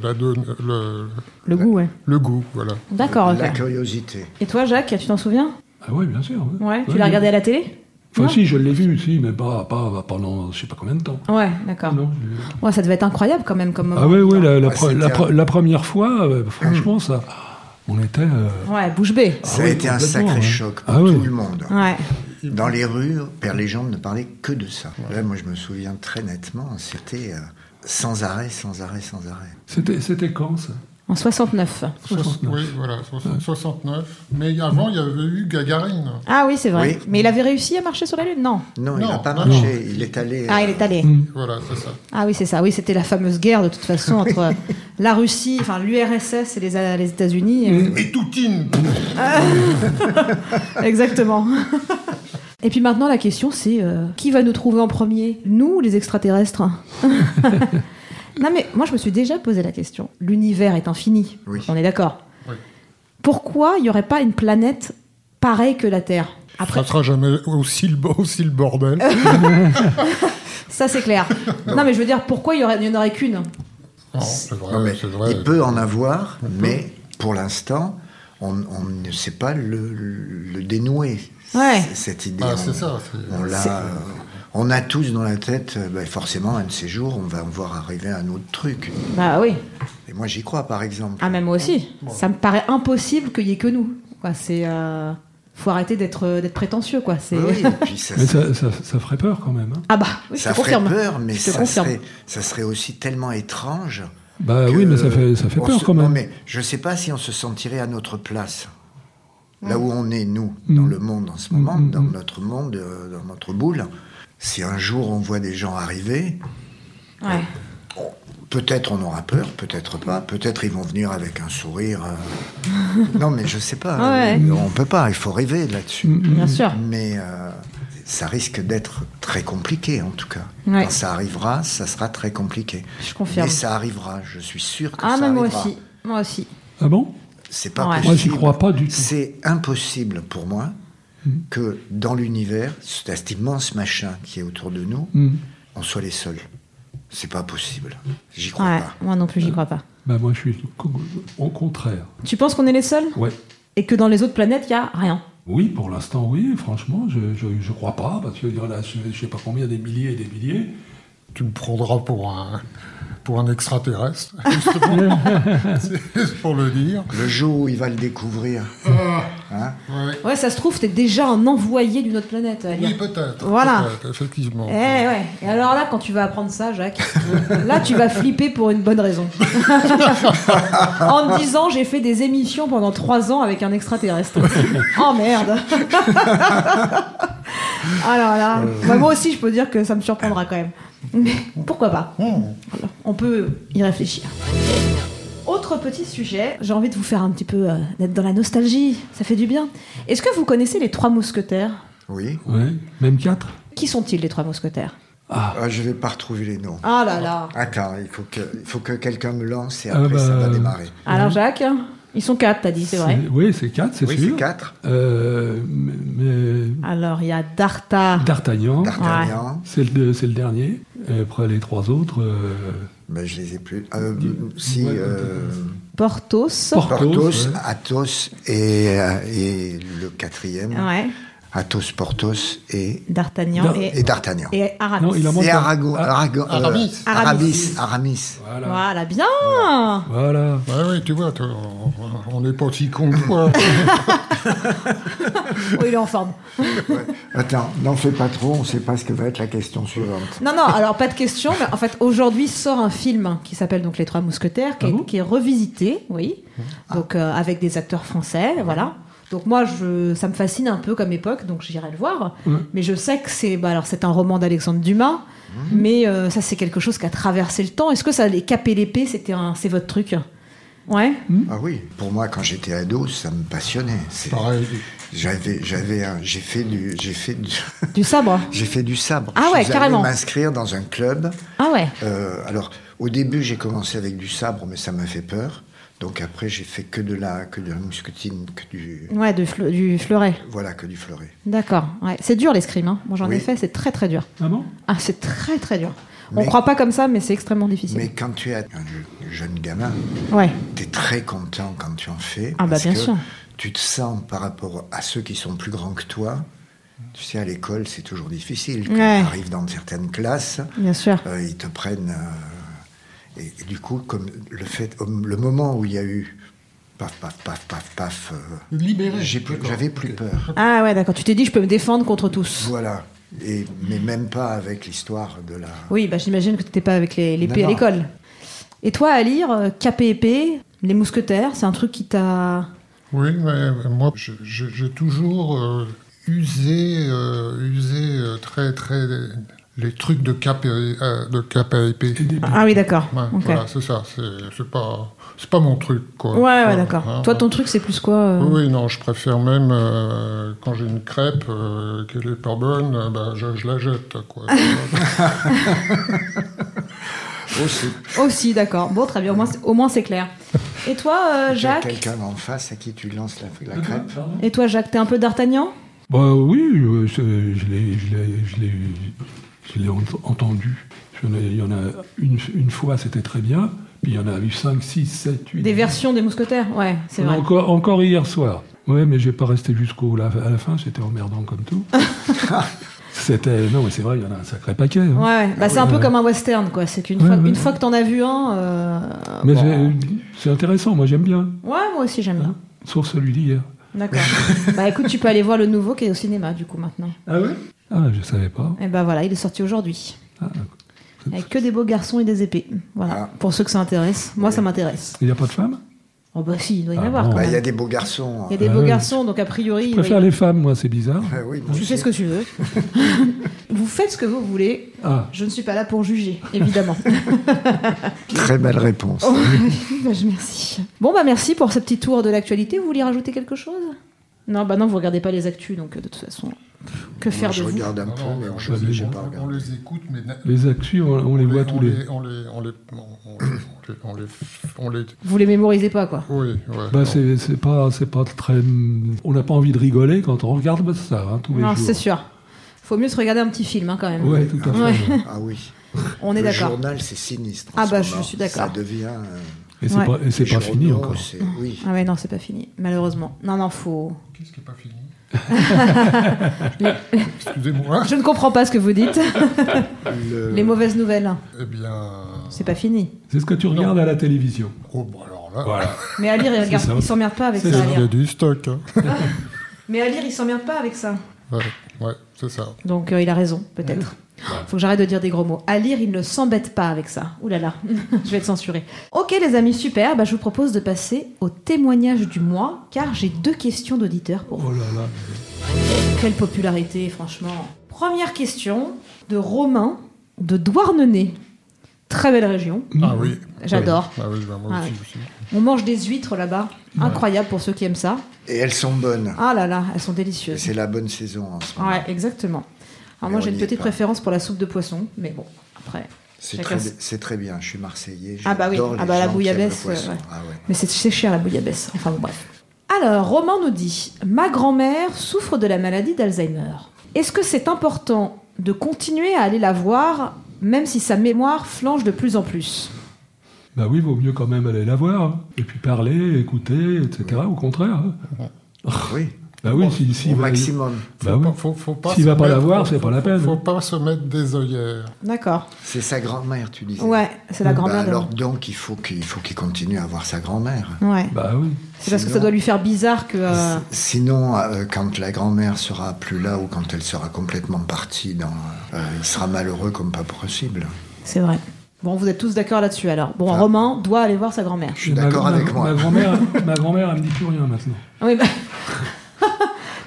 [SPEAKER 5] le- la don- le,
[SPEAKER 2] Le goût, ouais.
[SPEAKER 5] le goût. Voilà.
[SPEAKER 2] D'accord,
[SPEAKER 3] La
[SPEAKER 2] ok.
[SPEAKER 3] curiosité.
[SPEAKER 2] Et toi, Jacques, tu t'en souviens
[SPEAKER 4] Ah oui, bien sûr.
[SPEAKER 2] Ouais, tu
[SPEAKER 4] Ouais,
[SPEAKER 2] l'as
[SPEAKER 4] ouais.
[SPEAKER 2] regardé à la télé
[SPEAKER 4] Enfin,
[SPEAKER 2] Non
[SPEAKER 4] si, je l'ai vu, si, mais pas, pas pendant je sais pas combien de temps.
[SPEAKER 2] Ouais, d'accord.
[SPEAKER 4] Non, je l'ai-
[SPEAKER 2] Ouais, ça devait être incroyable quand même comme moment.
[SPEAKER 4] Ah oui, oui, la, la
[SPEAKER 3] Ah,
[SPEAKER 4] pre-
[SPEAKER 3] c'était
[SPEAKER 4] la pre-
[SPEAKER 3] un- Hmm.
[SPEAKER 4] la première fois, euh, franchement, ça, on était... euh,
[SPEAKER 2] Ouais, bouche bée.
[SPEAKER 3] Ça a
[SPEAKER 4] oui,
[SPEAKER 3] été un
[SPEAKER 4] complètement,
[SPEAKER 3] sacré
[SPEAKER 4] ouais.
[SPEAKER 3] choc pour
[SPEAKER 4] Ah
[SPEAKER 3] tout
[SPEAKER 4] oui.
[SPEAKER 3] le monde.
[SPEAKER 2] Ouais.
[SPEAKER 3] Dans les rues, Père Légende ne parlait que de ça. Là, moi, je me souviens très nettement, c'était euh, sans arrêt, sans arrêt, sans arrêt.
[SPEAKER 4] C'était c'était quand, ça
[SPEAKER 2] En 69.
[SPEAKER 5] Soix- Oui, voilà, soix- 69. Mais avant, il y avait eu Gagarine.
[SPEAKER 2] Ah oui, c'est vrai.
[SPEAKER 3] Oui.
[SPEAKER 2] Mais il avait réussi à marcher sur la Lune Non.
[SPEAKER 3] Non, il
[SPEAKER 5] Non,
[SPEAKER 3] n'a pas
[SPEAKER 5] non.
[SPEAKER 3] marché. Il est allé. euh,
[SPEAKER 2] Ah, il est allé.
[SPEAKER 5] Voilà, c'est ça.
[SPEAKER 2] Ah oui, c'est ça. Oui, c'était la fameuse guerre, de toute façon, entre la Russie, enfin l'URSS et les, A- les États-Unis.
[SPEAKER 5] Et Toutine
[SPEAKER 2] Exactement. Et puis maintenant, la question, c'est euh, qui va nous trouver en premier Nous ou les extraterrestres Non, mais moi, je me suis déjà posé la question. L'univers est infini.
[SPEAKER 3] Oui.
[SPEAKER 2] On est d'accord.
[SPEAKER 5] Oui.
[SPEAKER 2] Pourquoi il n'y aurait pas une planète pareille que la Terre Après,
[SPEAKER 5] Ça sera jamais aussi le, bo- aussi le bordel.
[SPEAKER 2] ça, c'est clair. non, mais je veux dire, pourquoi il y aurait- il n'y en aurait qu'une
[SPEAKER 5] Non, c'est vrai,
[SPEAKER 3] Non, mais
[SPEAKER 5] c'est vrai.
[SPEAKER 3] Il peut en avoir, mais pour l'instant, on, on ne sait pas le, le dénouer.
[SPEAKER 2] Ouais.
[SPEAKER 3] c- Cette idée.
[SPEAKER 5] Ah,
[SPEAKER 3] On-
[SPEAKER 5] c'est ça, c'est-
[SPEAKER 3] On l'a.
[SPEAKER 2] C'est-
[SPEAKER 3] euh, On a tous dans la tête, euh, ben, forcément, un de ces jours, on va voir arriver un autre truc.
[SPEAKER 2] Bah oui.
[SPEAKER 3] Et moi, j'y crois, par exemple.
[SPEAKER 2] Ah, même moi aussi. Ça me paraît impossible qu'il n'y ait que nous. Quoi, c'est. euh, Faut arrêter d'être euh, d'être prétentieux, quoi. C'est.
[SPEAKER 3] Bah Oui, et puis ça,
[SPEAKER 4] Mais ça, ça- ça ferait peur quand même. hein.
[SPEAKER 2] Ah bah, oui, je
[SPEAKER 3] ça
[SPEAKER 2] te
[SPEAKER 3] ferait
[SPEAKER 2] confirme.
[SPEAKER 3] peur, mais
[SPEAKER 2] je te
[SPEAKER 3] ça
[SPEAKER 2] confirme.
[SPEAKER 3] serait, ça serait aussi tellement étrange.
[SPEAKER 4] Bah
[SPEAKER 3] que-
[SPEAKER 4] oui, mais ça fait, ça fait
[SPEAKER 3] on
[SPEAKER 4] peur
[SPEAKER 3] se-
[SPEAKER 4] quand
[SPEAKER 3] Non,
[SPEAKER 4] même.
[SPEAKER 3] mais je ne sais pas si on se sentirait à notre place.
[SPEAKER 2] Mm.
[SPEAKER 3] Là où on est, nous, dans le monde en ce moment,
[SPEAKER 4] Mm, mm,
[SPEAKER 3] dans
[SPEAKER 4] mm.
[SPEAKER 3] notre monde, euh, dans notre boule. Si un jour on voit des gens arriver,
[SPEAKER 2] Ouais.
[SPEAKER 3] on- peut-être on aura peur, peut-être pas, peut-être ils vont venir avec un sourire. euh. non, mais je ne sais pas.
[SPEAKER 2] Ouais.
[SPEAKER 3] euh, On peut pas, il faut rêver
[SPEAKER 4] Mm,
[SPEAKER 3] là-dessus.
[SPEAKER 2] Bien sûr.
[SPEAKER 3] Mais euh, ça risque d'être très compliqué, en tout cas.
[SPEAKER 2] Ouais.
[SPEAKER 3] Quand ça arrivera, ça sera très compliqué.
[SPEAKER 2] Je confirme.
[SPEAKER 3] Mais ça arrivera, je suis sûr que
[SPEAKER 2] Ah,
[SPEAKER 3] ça
[SPEAKER 2] mais moi
[SPEAKER 3] arrivera.
[SPEAKER 2] aussi. Moi aussi.
[SPEAKER 4] Ah bon
[SPEAKER 3] C'est pas
[SPEAKER 2] Ouais.
[SPEAKER 3] possible.
[SPEAKER 4] Moi, j'y crois pas du tout. Mm.
[SPEAKER 3] C'est impossible pour moi que dans l'univers, cet immense machin qui est autour de nous,
[SPEAKER 4] Mm.
[SPEAKER 3] on soit les seuls. C'est pas possible. J'y crois
[SPEAKER 2] Ouais,
[SPEAKER 3] pas.
[SPEAKER 2] moi non plus, j'y crois pas.
[SPEAKER 4] Bah moi, je suis co- au contraire.
[SPEAKER 2] Tu penses qu'on est les seuls
[SPEAKER 4] Ouais.
[SPEAKER 2] Et que dans les autres planètes, il n'y a rien
[SPEAKER 4] Oui, pour l'instant, oui. Franchement, je, je, je crois pas, parce qu'il y en a, je, je sais pas combien, des milliers et des milliers.
[SPEAKER 5] Tu me prendras pour un, pour un extraterrestre, justement. C'est pour le dire.
[SPEAKER 3] Le jour où il va le découvrir, hein,
[SPEAKER 5] Ouais.
[SPEAKER 2] Ouais, ça se trouve, t'es déjà un envoyé d'une autre planète. à
[SPEAKER 5] Oui,
[SPEAKER 2] dire.
[SPEAKER 5] peut-être.
[SPEAKER 2] Voilà.
[SPEAKER 5] peut-être, effectivement.
[SPEAKER 2] Eh ouais. Et alors là, quand tu vas apprendre ça, Jacques, là, tu vas flipper pour une bonne raison. en te disant, j'ai fait des émissions pendant trois ans avec un extraterrestre. oh merde Alors là, bah, moi aussi, je peux dire que ça me surprendra quand même. Mais pourquoi pas Voilà. On peut y réfléchir. Autre petit sujet, j'ai envie de vous faire un petit peu euh, d'être dans la nostalgie, ça fait du bien. Est-ce que vous connaissez les trois mousquetaires
[SPEAKER 3] oui.
[SPEAKER 4] Ouais. Même quatre.
[SPEAKER 2] Qui sont-ils les trois mousquetaires
[SPEAKER 3] Ah, je vais pas retrouver les noms.
[SPEAKER 2] Ah là là
[SPEAKER 3] Attends, il faut que, il faut que quelqu'un me lance et
[SPEAKER 4] Ah
[SPEAKER 3] après ça va
[SPEAKER 4] bah,
[SPEAKER 3] démarrer.
[SPEAKER 2] Alors Jacques, ils sont quatre, t'as dit, c'est vrai.
[SPEAKER 4] Oui, c'est quatre, c'est
[SPEAKER 3] Oui,
[SPEAKER 4] sûr.
[SPEAKER 3] c'est quatre.
[SPEAKER 4] Euh, mais, mais
[SPEAKER 2] Alors il y a Darta.
[SPEAKER 4] D'Artagnan,
[SPEAKER 3] D'Artagnan.
[SPEAKER 4] c'est le, c'est le dernier. Et après, les trois autres, euh,
[SPEAKER 3] Ben, je les ai plus. Euh, si
[SPEAKER 4] ouais,
[SPEAKER 3] euh,
[SPEAKER 2] Portos.
[SPEAKER 4] Portos.
[SPEAKER 3] Porthos,
[SPEAKER 4] ouais.
[SPEAKER 3] Athos et, euh, et le quatrième,
[SPEAKER 2] Ouais.
[SPEAKER 3] Athos, Porthos et,
[SPEAKER 2] D'Artagnan
[SPEAKER 4] Dar-
[SPEAKER 2] et,
[SPEAKER 3] et D'Artagnan.
[SPEAKER 2] et Aramis.
[SPEAKER 4] Non, il en manque-
[SPEAKER 3] Et Arago,
[SPEAKER 4] Ah,
[SPEAKER 3] Arago- euh,
[SPEAKER 5] Aramis.
[SPEAKER 3] Aramis, Aramis.
[SPEAKER 4] voilà.
[SPEAKER 2] Voilà, bien
[SPEAKER 4] Voilà.
[SPEAKER 5] Ouais, oui, tu vois, toi, on- on n'est pas si con que toi.
[SPEAKER 2] Oh, il est en forme.
[SPEAKER 3] Attends, n'en fais pas trop, on ne sait pas ce que va être la question suivante.
[SPEAKER 2] Non, non, alors pas de question, mais en fait, aujourd'hui sort un film qui s'appelle donc Les Trois Mousquetaires, qui, est,
[SPEAKER 4] Ah bon Ah.
[SPEAKER 2] qui est revisité, oui, donc euh, avec des acteurs français, voilà. Donc moi, je, ça me fascine un peu comme époque, donc j'irai le voir.
[SPEAKER 4] Ouais.
[SPEAKER 2] Mais je sais que c'est, bah, alors c'est un roman d'Alexandre Dumas,
[SPEAKER 4] Mmh.
[SPEAKER 2] mais euh, ça c'est quelque chose qui a traversé le temps. Est-ce que ça, les capes et l'épée, c'était un, c'est votre truc Ouais.
[SPEAKER 4] Mmh.
[SPEAKER 3] Ah oui, pour moi, quand j'étais ado, ça me passionnait. C'est-
[SPEAKER 5] Pareil.
[SPEAKER 3] J'avais, j'avais, un- j'ai fait du, j'ai fait du,
[SPEAKER 2] Du sabre.
[SPEAKER 3] j'ai fait du sabre.
[SPEAKER 2] Ah ouais,
[SPEAKER 3] je suis allé
[SPEAKER 2] carrément.
[SPEAKER 3] m'inscrire dans un club.
[SPEAKER 2] Ah ouais.
[SPEAKER 3] Euh, alors, au début, j'ai commencé avec du sabre, mais ça m'a fait peur. Donc après, j'ai fait que de la, que de la mousquetine, que du,
[SPEAKER 2] Ouais, de fle- du fleuret.
[SPEAKER 3] voilà, que du fleuret.
[SPEAKER 2] D'accord. Ouais. C'est dur l'escrime. Hein. Moi j'en ai
[SPEAKER 3] Oui.
[SPEAKER 2] fait, c'est très très dur.
[SPEAKER 4] Ah bon
[SPEAKER 2] Ah, c'est très très dur. On
[SPEAKER 3] Mais-
[SPEAKER 2] croit pas comme ça, mais c'est extrêmement difficile.
[SPEAKER 3] Mais quand tu es un je- jeune gamin,
[SPEAKER 2] Ouais.
[SPEAKER 3] tu es très content quand tu en fais.
[SPEAKER 2] Ah bah,
[SPEAKER 3] parce
[SPEAKER 2] bien
[SPEAKER 3] que
[SPEAKER 2] sûr.
[SPEAKER 3] Tu te sens par rapport à ceux qui sont plus grands que toi. Tu sais, à l'école, c'est toujours difficile. Quand
[SPEAKER 2] Ouais.
[SPEAKER 3] tu arrives dans certaines classes,
[SPEAKER 2] Bien sûr.
[SPEAKER 3] euh, ils te prennent. euh, et, et du coup, comme le, fait, le moment où il y a eu paf, paf, paf, paf, paf, euh,
[SPEAKER 5] Libéré.
[SPEAKER 3] j'ai plus- j'avais plus peur.
[SPEAKER 2] Ah ouais, d'accord. Tu t'es dit, je peux me défendre contre tous.
[SPEAKER 3] Voilà. Et, mais même pas avec l'histoire de la.
[SPEAKER 2] Oui, bah j'imagine que t'étais pas avec les, les
[SPEAKER 3] Non,
[SPEAKER 2] P à
[SPEAKER 3] non.
[SPEAKER 2] l'école. Et toi, à lire, euh, capé épée, Les mousquetaires, c'est un truc qui t'a.
[SPEAKER 5] Oui, mais moi, je- je- j'ai toujours euh, usé, euh, usé euh, très, très les trucs de cap, et, euh, de cap à épée.
[SPEAKER 2] Ah oui, d'accord.
[SPEAKER 5] Ouais,
[SPEAKER 2] Ok.
[SPEAKER 5] Voilà, c'est ça. C'est c'est pas, c'est pas mon truc, quoi.
[SPEAKER 2] Ouais, ouais,
[SPEAKER 5] Voilà,
[SPEAKER 2] d'accord.
[SPEAKER 5] hein,
[SPEAKER 2] Toi,
[SPEAKER 5] ouais.
[SPEAKER 2] ton truc, c'est plus quoi euh,
[SPEAKER 5] Oui, oui, non, je préfère même euh, quand j'ai une crêpe, euh, qu'elle est pas bonne, euh, bah, je, je la jette, quoi.
[SPEAKER 3] Aussi.
[SPEAKER 2] Aussi, d'accord. Bon, très bien. Au moins, c'est- au moins, c'est clair. Et toi, euh,
[SPEAKER 3] Il y a
[SPEAKER 2] Jacques
[SPEAKER 3] quelqu'un en face à qui tu lances la, la crêpe.
[SPEAKER 2] Et toi, Jacques, t'es un peu d'Artagnan
[SPEAKER 4] Bah oui, euh, je je l'ai- je l'ai- je l'ai- je l'ai ent- entendu. Il y en a- Il y en a une, une fois, c'était très bien. Puis il y en a eu 5, 6, 7, 8.
[SPEAKER 2] Des versions des mousquetaires Ouais, c'est vrai.
[SPEAKER 4] Encore, encore hier soir. Ouais, mais j'ai pas resté jusqu'au la- à la fin, c'était emmerdant comme tout. c'était non, mais c'est vrai, il y en a un sacré paquet. hein.
[SPEAKER 2] Ouais, ouais. Bah, c'est un peu comme un western, quoi. C'est qu'une
[SPEAKER 4] Ouais,
[SPEAKER 2] fois,
[SPEAKER 4] ouais.
[SPEAKER 2] une fois que t'en as vu un. euh,
[SPEAKER 4] Mais
[SPEAKER 2] bon.
[SPEAKER 4] j'ai- c'est intéressant, moi j'aime bien,
[SPEAKER 2] Ouais, moi aussi, j'aime bien.
[SPEAKER 4] sauf celui d'hier.
[SPEAKER 2] D'accord. bah, écoute, tu peux aller voir le nouveau qui est au cinéma, du coup, maintenant.
[SPEAKER 4] Ah ouais Ah, je savais pas.
[SPEAKER 2] Et bah, voilà, il est sorti aujourd'hui.
[SPEAKER 4] Ah,
[SPEAKER 2] Avec que des beaux garçons et des épées. Voilà. Pour ceux que ça intéresse. Moi, ça m'intéresse.
[SPEAKER 4] il n'y a pas de femme
[SPEAKER 2] Oh, bah, si, il doit y en
[SPEAKER 4] Ah,
[SPEAKER 2] avoir.
[SPEAKER 4] bon.
[SPEAKER 2] quand
[SPEAKER 3] Bah, Il
[SPEAKER 2] même.
[SPEAKER 3] y a des beaux garçons. hein.
[SPEAKER 2] Il y a des
[SPEAKER 4] Ah,
[SPEAKER 2] beaux
[SPEAKER 4] ouais.
[SPEAKER 2] garçons, donc a priori.
[SPEAKER 4] Je
[SPEAKER 2] il doit y
[SPEAKER 4] préfère les femmes, moi, c'est bizarre.
[SPEAKER 3] Ah oui, moi
[SPEAKER 2] Tu fais
[SPEAKER 3] aussi.
[SPEAKER 2] ce que tu veux. vous faites ce que vous voulez.
[SPEAKER 4] Ah,
[SPEAKER 2] Je ne suis pas là pour juger, évidemment.
[SPEAKER 3] Très belle réponse.
[SPEAKER 2] Oh, bah, je merci. Bon, bah merci pour ce petit tour de l'actualité. Vous voulez rajouter quelque chose Non, bah non, vous regardez pas les actus, donc euh, de toute façon, que faire
[SPEAKER 3] Moi, je
[SPEAKER 2] de vous
[SPEAKER 3] regarde un peu, mais
[SPEAKER 5] on,
[SPEAKER 3] on
[SPEAKER 4] choisit,
[SPEAKER 3] j'ai
[SPEAKER 4] on-
[SPEAKER 3] pas
[SPEAKER 5] on
[SPEAKER 3] regardé.
[SPEAKER 5] les écoute, mais na-
[SPEAKER 4] les actus, on, on les voit
[SPEAKER 5] on
[SPEAKER 4] tous les.
[SPEAKER 5] On les, on les, on- on- on les, on les, on les-
[SPEAKER 2] Vous les mémorisez pas, quoi.
[SPEAKER 5] oui, ouais,
[SPEAKER 4] Bah,
[SPEAKER 5] non.
[SPEAKER 4] c'est c'est pas, c'est pas très. On n'a pas envie de rigoler quand on regarde ça, hein, tous les
[SPEAKER 2] Non,
[SPEAKER 4] jours.
[SPEAKER 2] c'est sûr. Faut mieux se regarder un petit film, hein, quand même.
[SPEAKER 4] Ouais, tout à fait.
[SPEAKER 2] Ouais.
[SPEAKER 3] Ah oui.
[SPEAKER 2] On est
[SPEAKER 3] le
[SPEAKER 2] d'accord.
[SPEAKER 3] journal, c'est sinistre. en
[SPEAKER 2] Ah
[SPEAKER 3] ce
[SPEAKER 2] bah, je
[SPEAKER 3] moment.
[SPEAKER 2] suis d'accord.
[SPEAKER 3] Ça devient. euh,
[SPEAKER 4] Et c'est
[SPEAKER 2] Ouais.
[SPEAKER 4] pas, et c'est
[SPEAKER 3] les
[SPEAKER 4] pas fini
[SPEAKER 3] journaux,
[SPEAKER 4] encore.
[SPEAKER 3] c'est- Oui.
[SPEAKER 2] Ah ouais, non, c'est pas fini, malheureusement. Non, non, faut.
[SPEAKER 5] Qu'est-ce qui n'est pas fini Excusez-moi.
[SPEAKER 2] Je ne comprends pas ce que vous dites.
[SPEAKER 3] Le-
[SPEAKER 2] Les mauvaises nouvelles,
[SPEAKER 5] Eh bien,
[SPEAKER 2] c'est pas fini.
[SPEAKER 4] C'est ce que tu regardes à la télévision.
[SPEAKER 5] oh, bah alors là,
[SPEAKER 4] Voilà.
[SPEAKER 2] Mais à lire, il regarde-
[SPEAKER 4] ça.
[SPEAKER 2] il s'emmerde pas avec
[SPEAKER 5] il
[SPEAKER 2] ça. à
[SPEAKER 5] y a
[SPEAKER 2] lire.
[SPEAKER 5] du stock. hein.
[SPEAKER 2] Mais à lire, il s'emmerde pas avec ça.
[SPEAKER 5] Ouais, ouais, c'est ça.
[SPEAKER 2] Donc euh, il a raison, peut-être. Faut que j'arrête de dire des gros mots. À lire, il ne s'embête pas avec ça. Ouh là là, je vais être censurée. Ok les amis, super. Bah, je vous propose de passer au témoignage du mois, car j'ai deux questions d'auditeurs pour vous.
[SPEAKER 4] Oh là là.
[SPEAKER 2] Quelle popularité, franchement. Première question de Romain de Douarnenez. Très belle région.
[SPEAKER 5] Ah oui.
[SPEAKER 2] J'adore.
[SPEAKER 5] Ah oui, bah moi
[SPEAKER 2] Ah
[SPEAKER 5] aussi,
[SPEAKER 2] ouais.
[SPEAKER 5] aussi.
[SPEAKER 2] On mange des huîtres là-bas. Incroyable pour ceux qui aiment ça.
[SPEAKER 3] Et elles sont bonnes.
[SPEAKER 2] Ah là là, elles sont
[SPEAKER 3] Et
[SPEAKER 2] délicieuses.
[SPEAKER 3] C'est la bonne saison en ce moment.
[SPEAKER 2] Ouais, exactement. Alors
[SPEAKER 3] Mais
[SPEAKER 2] moi
[SPEAKER 3] on
[SPEAKER 2] j'ai
[SPEAKER 3] y
[SPEAKER 2] une
[SPEAKER 3] est
[SPEAKER 2] petite
[SPEAKER 3] pas.
[SPEAKER 2] préférence pour la soupe de poisson, mais bon, après.
[SPEAKER 3] C'est
[SPEAKER 2] Chacun
[SPEAKER 3] très,
[SPEAKER 2] s-
[SPEAKER 3] c'est très bien. Je suis marseillais.
[SPEAKER 2] Ah bah oui.
[SPEAKER 3] j'adore
[SPEAKER 2] Ah
[SPEAKER 3] les
[SPEAKER 2] bah la
[SPEAKER 3] gens qui aiment le
[SPEAKER 2] bouillabaisse,
[SPEAKER 3] poisson.
[SPEAKER 2] ouais, ouais.
[SPEAKER 3] Ah ouais.
[SPEAKER 2] Mais c'est- c'est cher la bouillabaisse. Enfin bon, bref. Alors, Romain nous dit Ma grand-mère souffre de la maladie d'Alzheimer. Est-ce que c'est important de continuer à aller la voir, même si sa mémoire flanche de plus en plus
[SPEAKER 4] Bah oui, vaut mieux quand même aller la voir. hein. Et puis parler, écouter, etc. Au contraire. hein.
[SPEAKER 3] Oui.
[SPEAKER 4] Bah oui, si, si,
[SPEAKER 3] Au
[SPEAKER 4] bah,
[SPEAKER 3] maximum.
[SPEAKER 4] bah oui.
[SPEAKER 5] Faut- faut- faut pas
[SPEAKER 4] S'il
[SPEAKER 5] se
[SPEAKER 4] va pas la
[SPEAKER 5] mettre-
[SPEAKER 4] voir, c'est pas la peine.
[SPEAKER 5] Faut pas se mettre des œillères.
[SPEAKER 2] D'accord.
[SPEAKER 3] C'est sa grand-mère, tu disais.
[SPEAKER 2] Ouais, c'est la
[SPEAKER 3] Bah
[SPEAKER 2] grand-mère de-
[SPEAKER 3] alors donc, il faut qu'il faut qu'il continue à voir sa grand-mère.
[SPEAKER 2] Ouais.
[SPEAKER 4] Bah oui.
[SPEAKER 2] c'est parce que
[SPEAKER 3] sinon-
[SPEAKER 2] ça doit lui faire bizarre que. euh,
[SPEAKER 3] S- Sinon, euh, quand la grand-mère sera plus là ou quand elle sera complètement partie, dans, euh, il sera malheureux comme pas possible.
[SPEAKER 2] C'est vrai. Bon, vous êtes tous d'accord là-dessus alors. Bon, Romain doit aller voir sa grand-mère.
[SPEAKER 3] Je suis
[SPEAKER 4] Et ma-
[SPEAKER 3] d'accord
[SPEAKER 4] ma-
[SPEAKER 3] avec moi.
[SPEAKER 4] Ma grand-mère, ma grand-mère, elle me dit plus rien maintenant.
[SPEAKER 2] Oui, bah...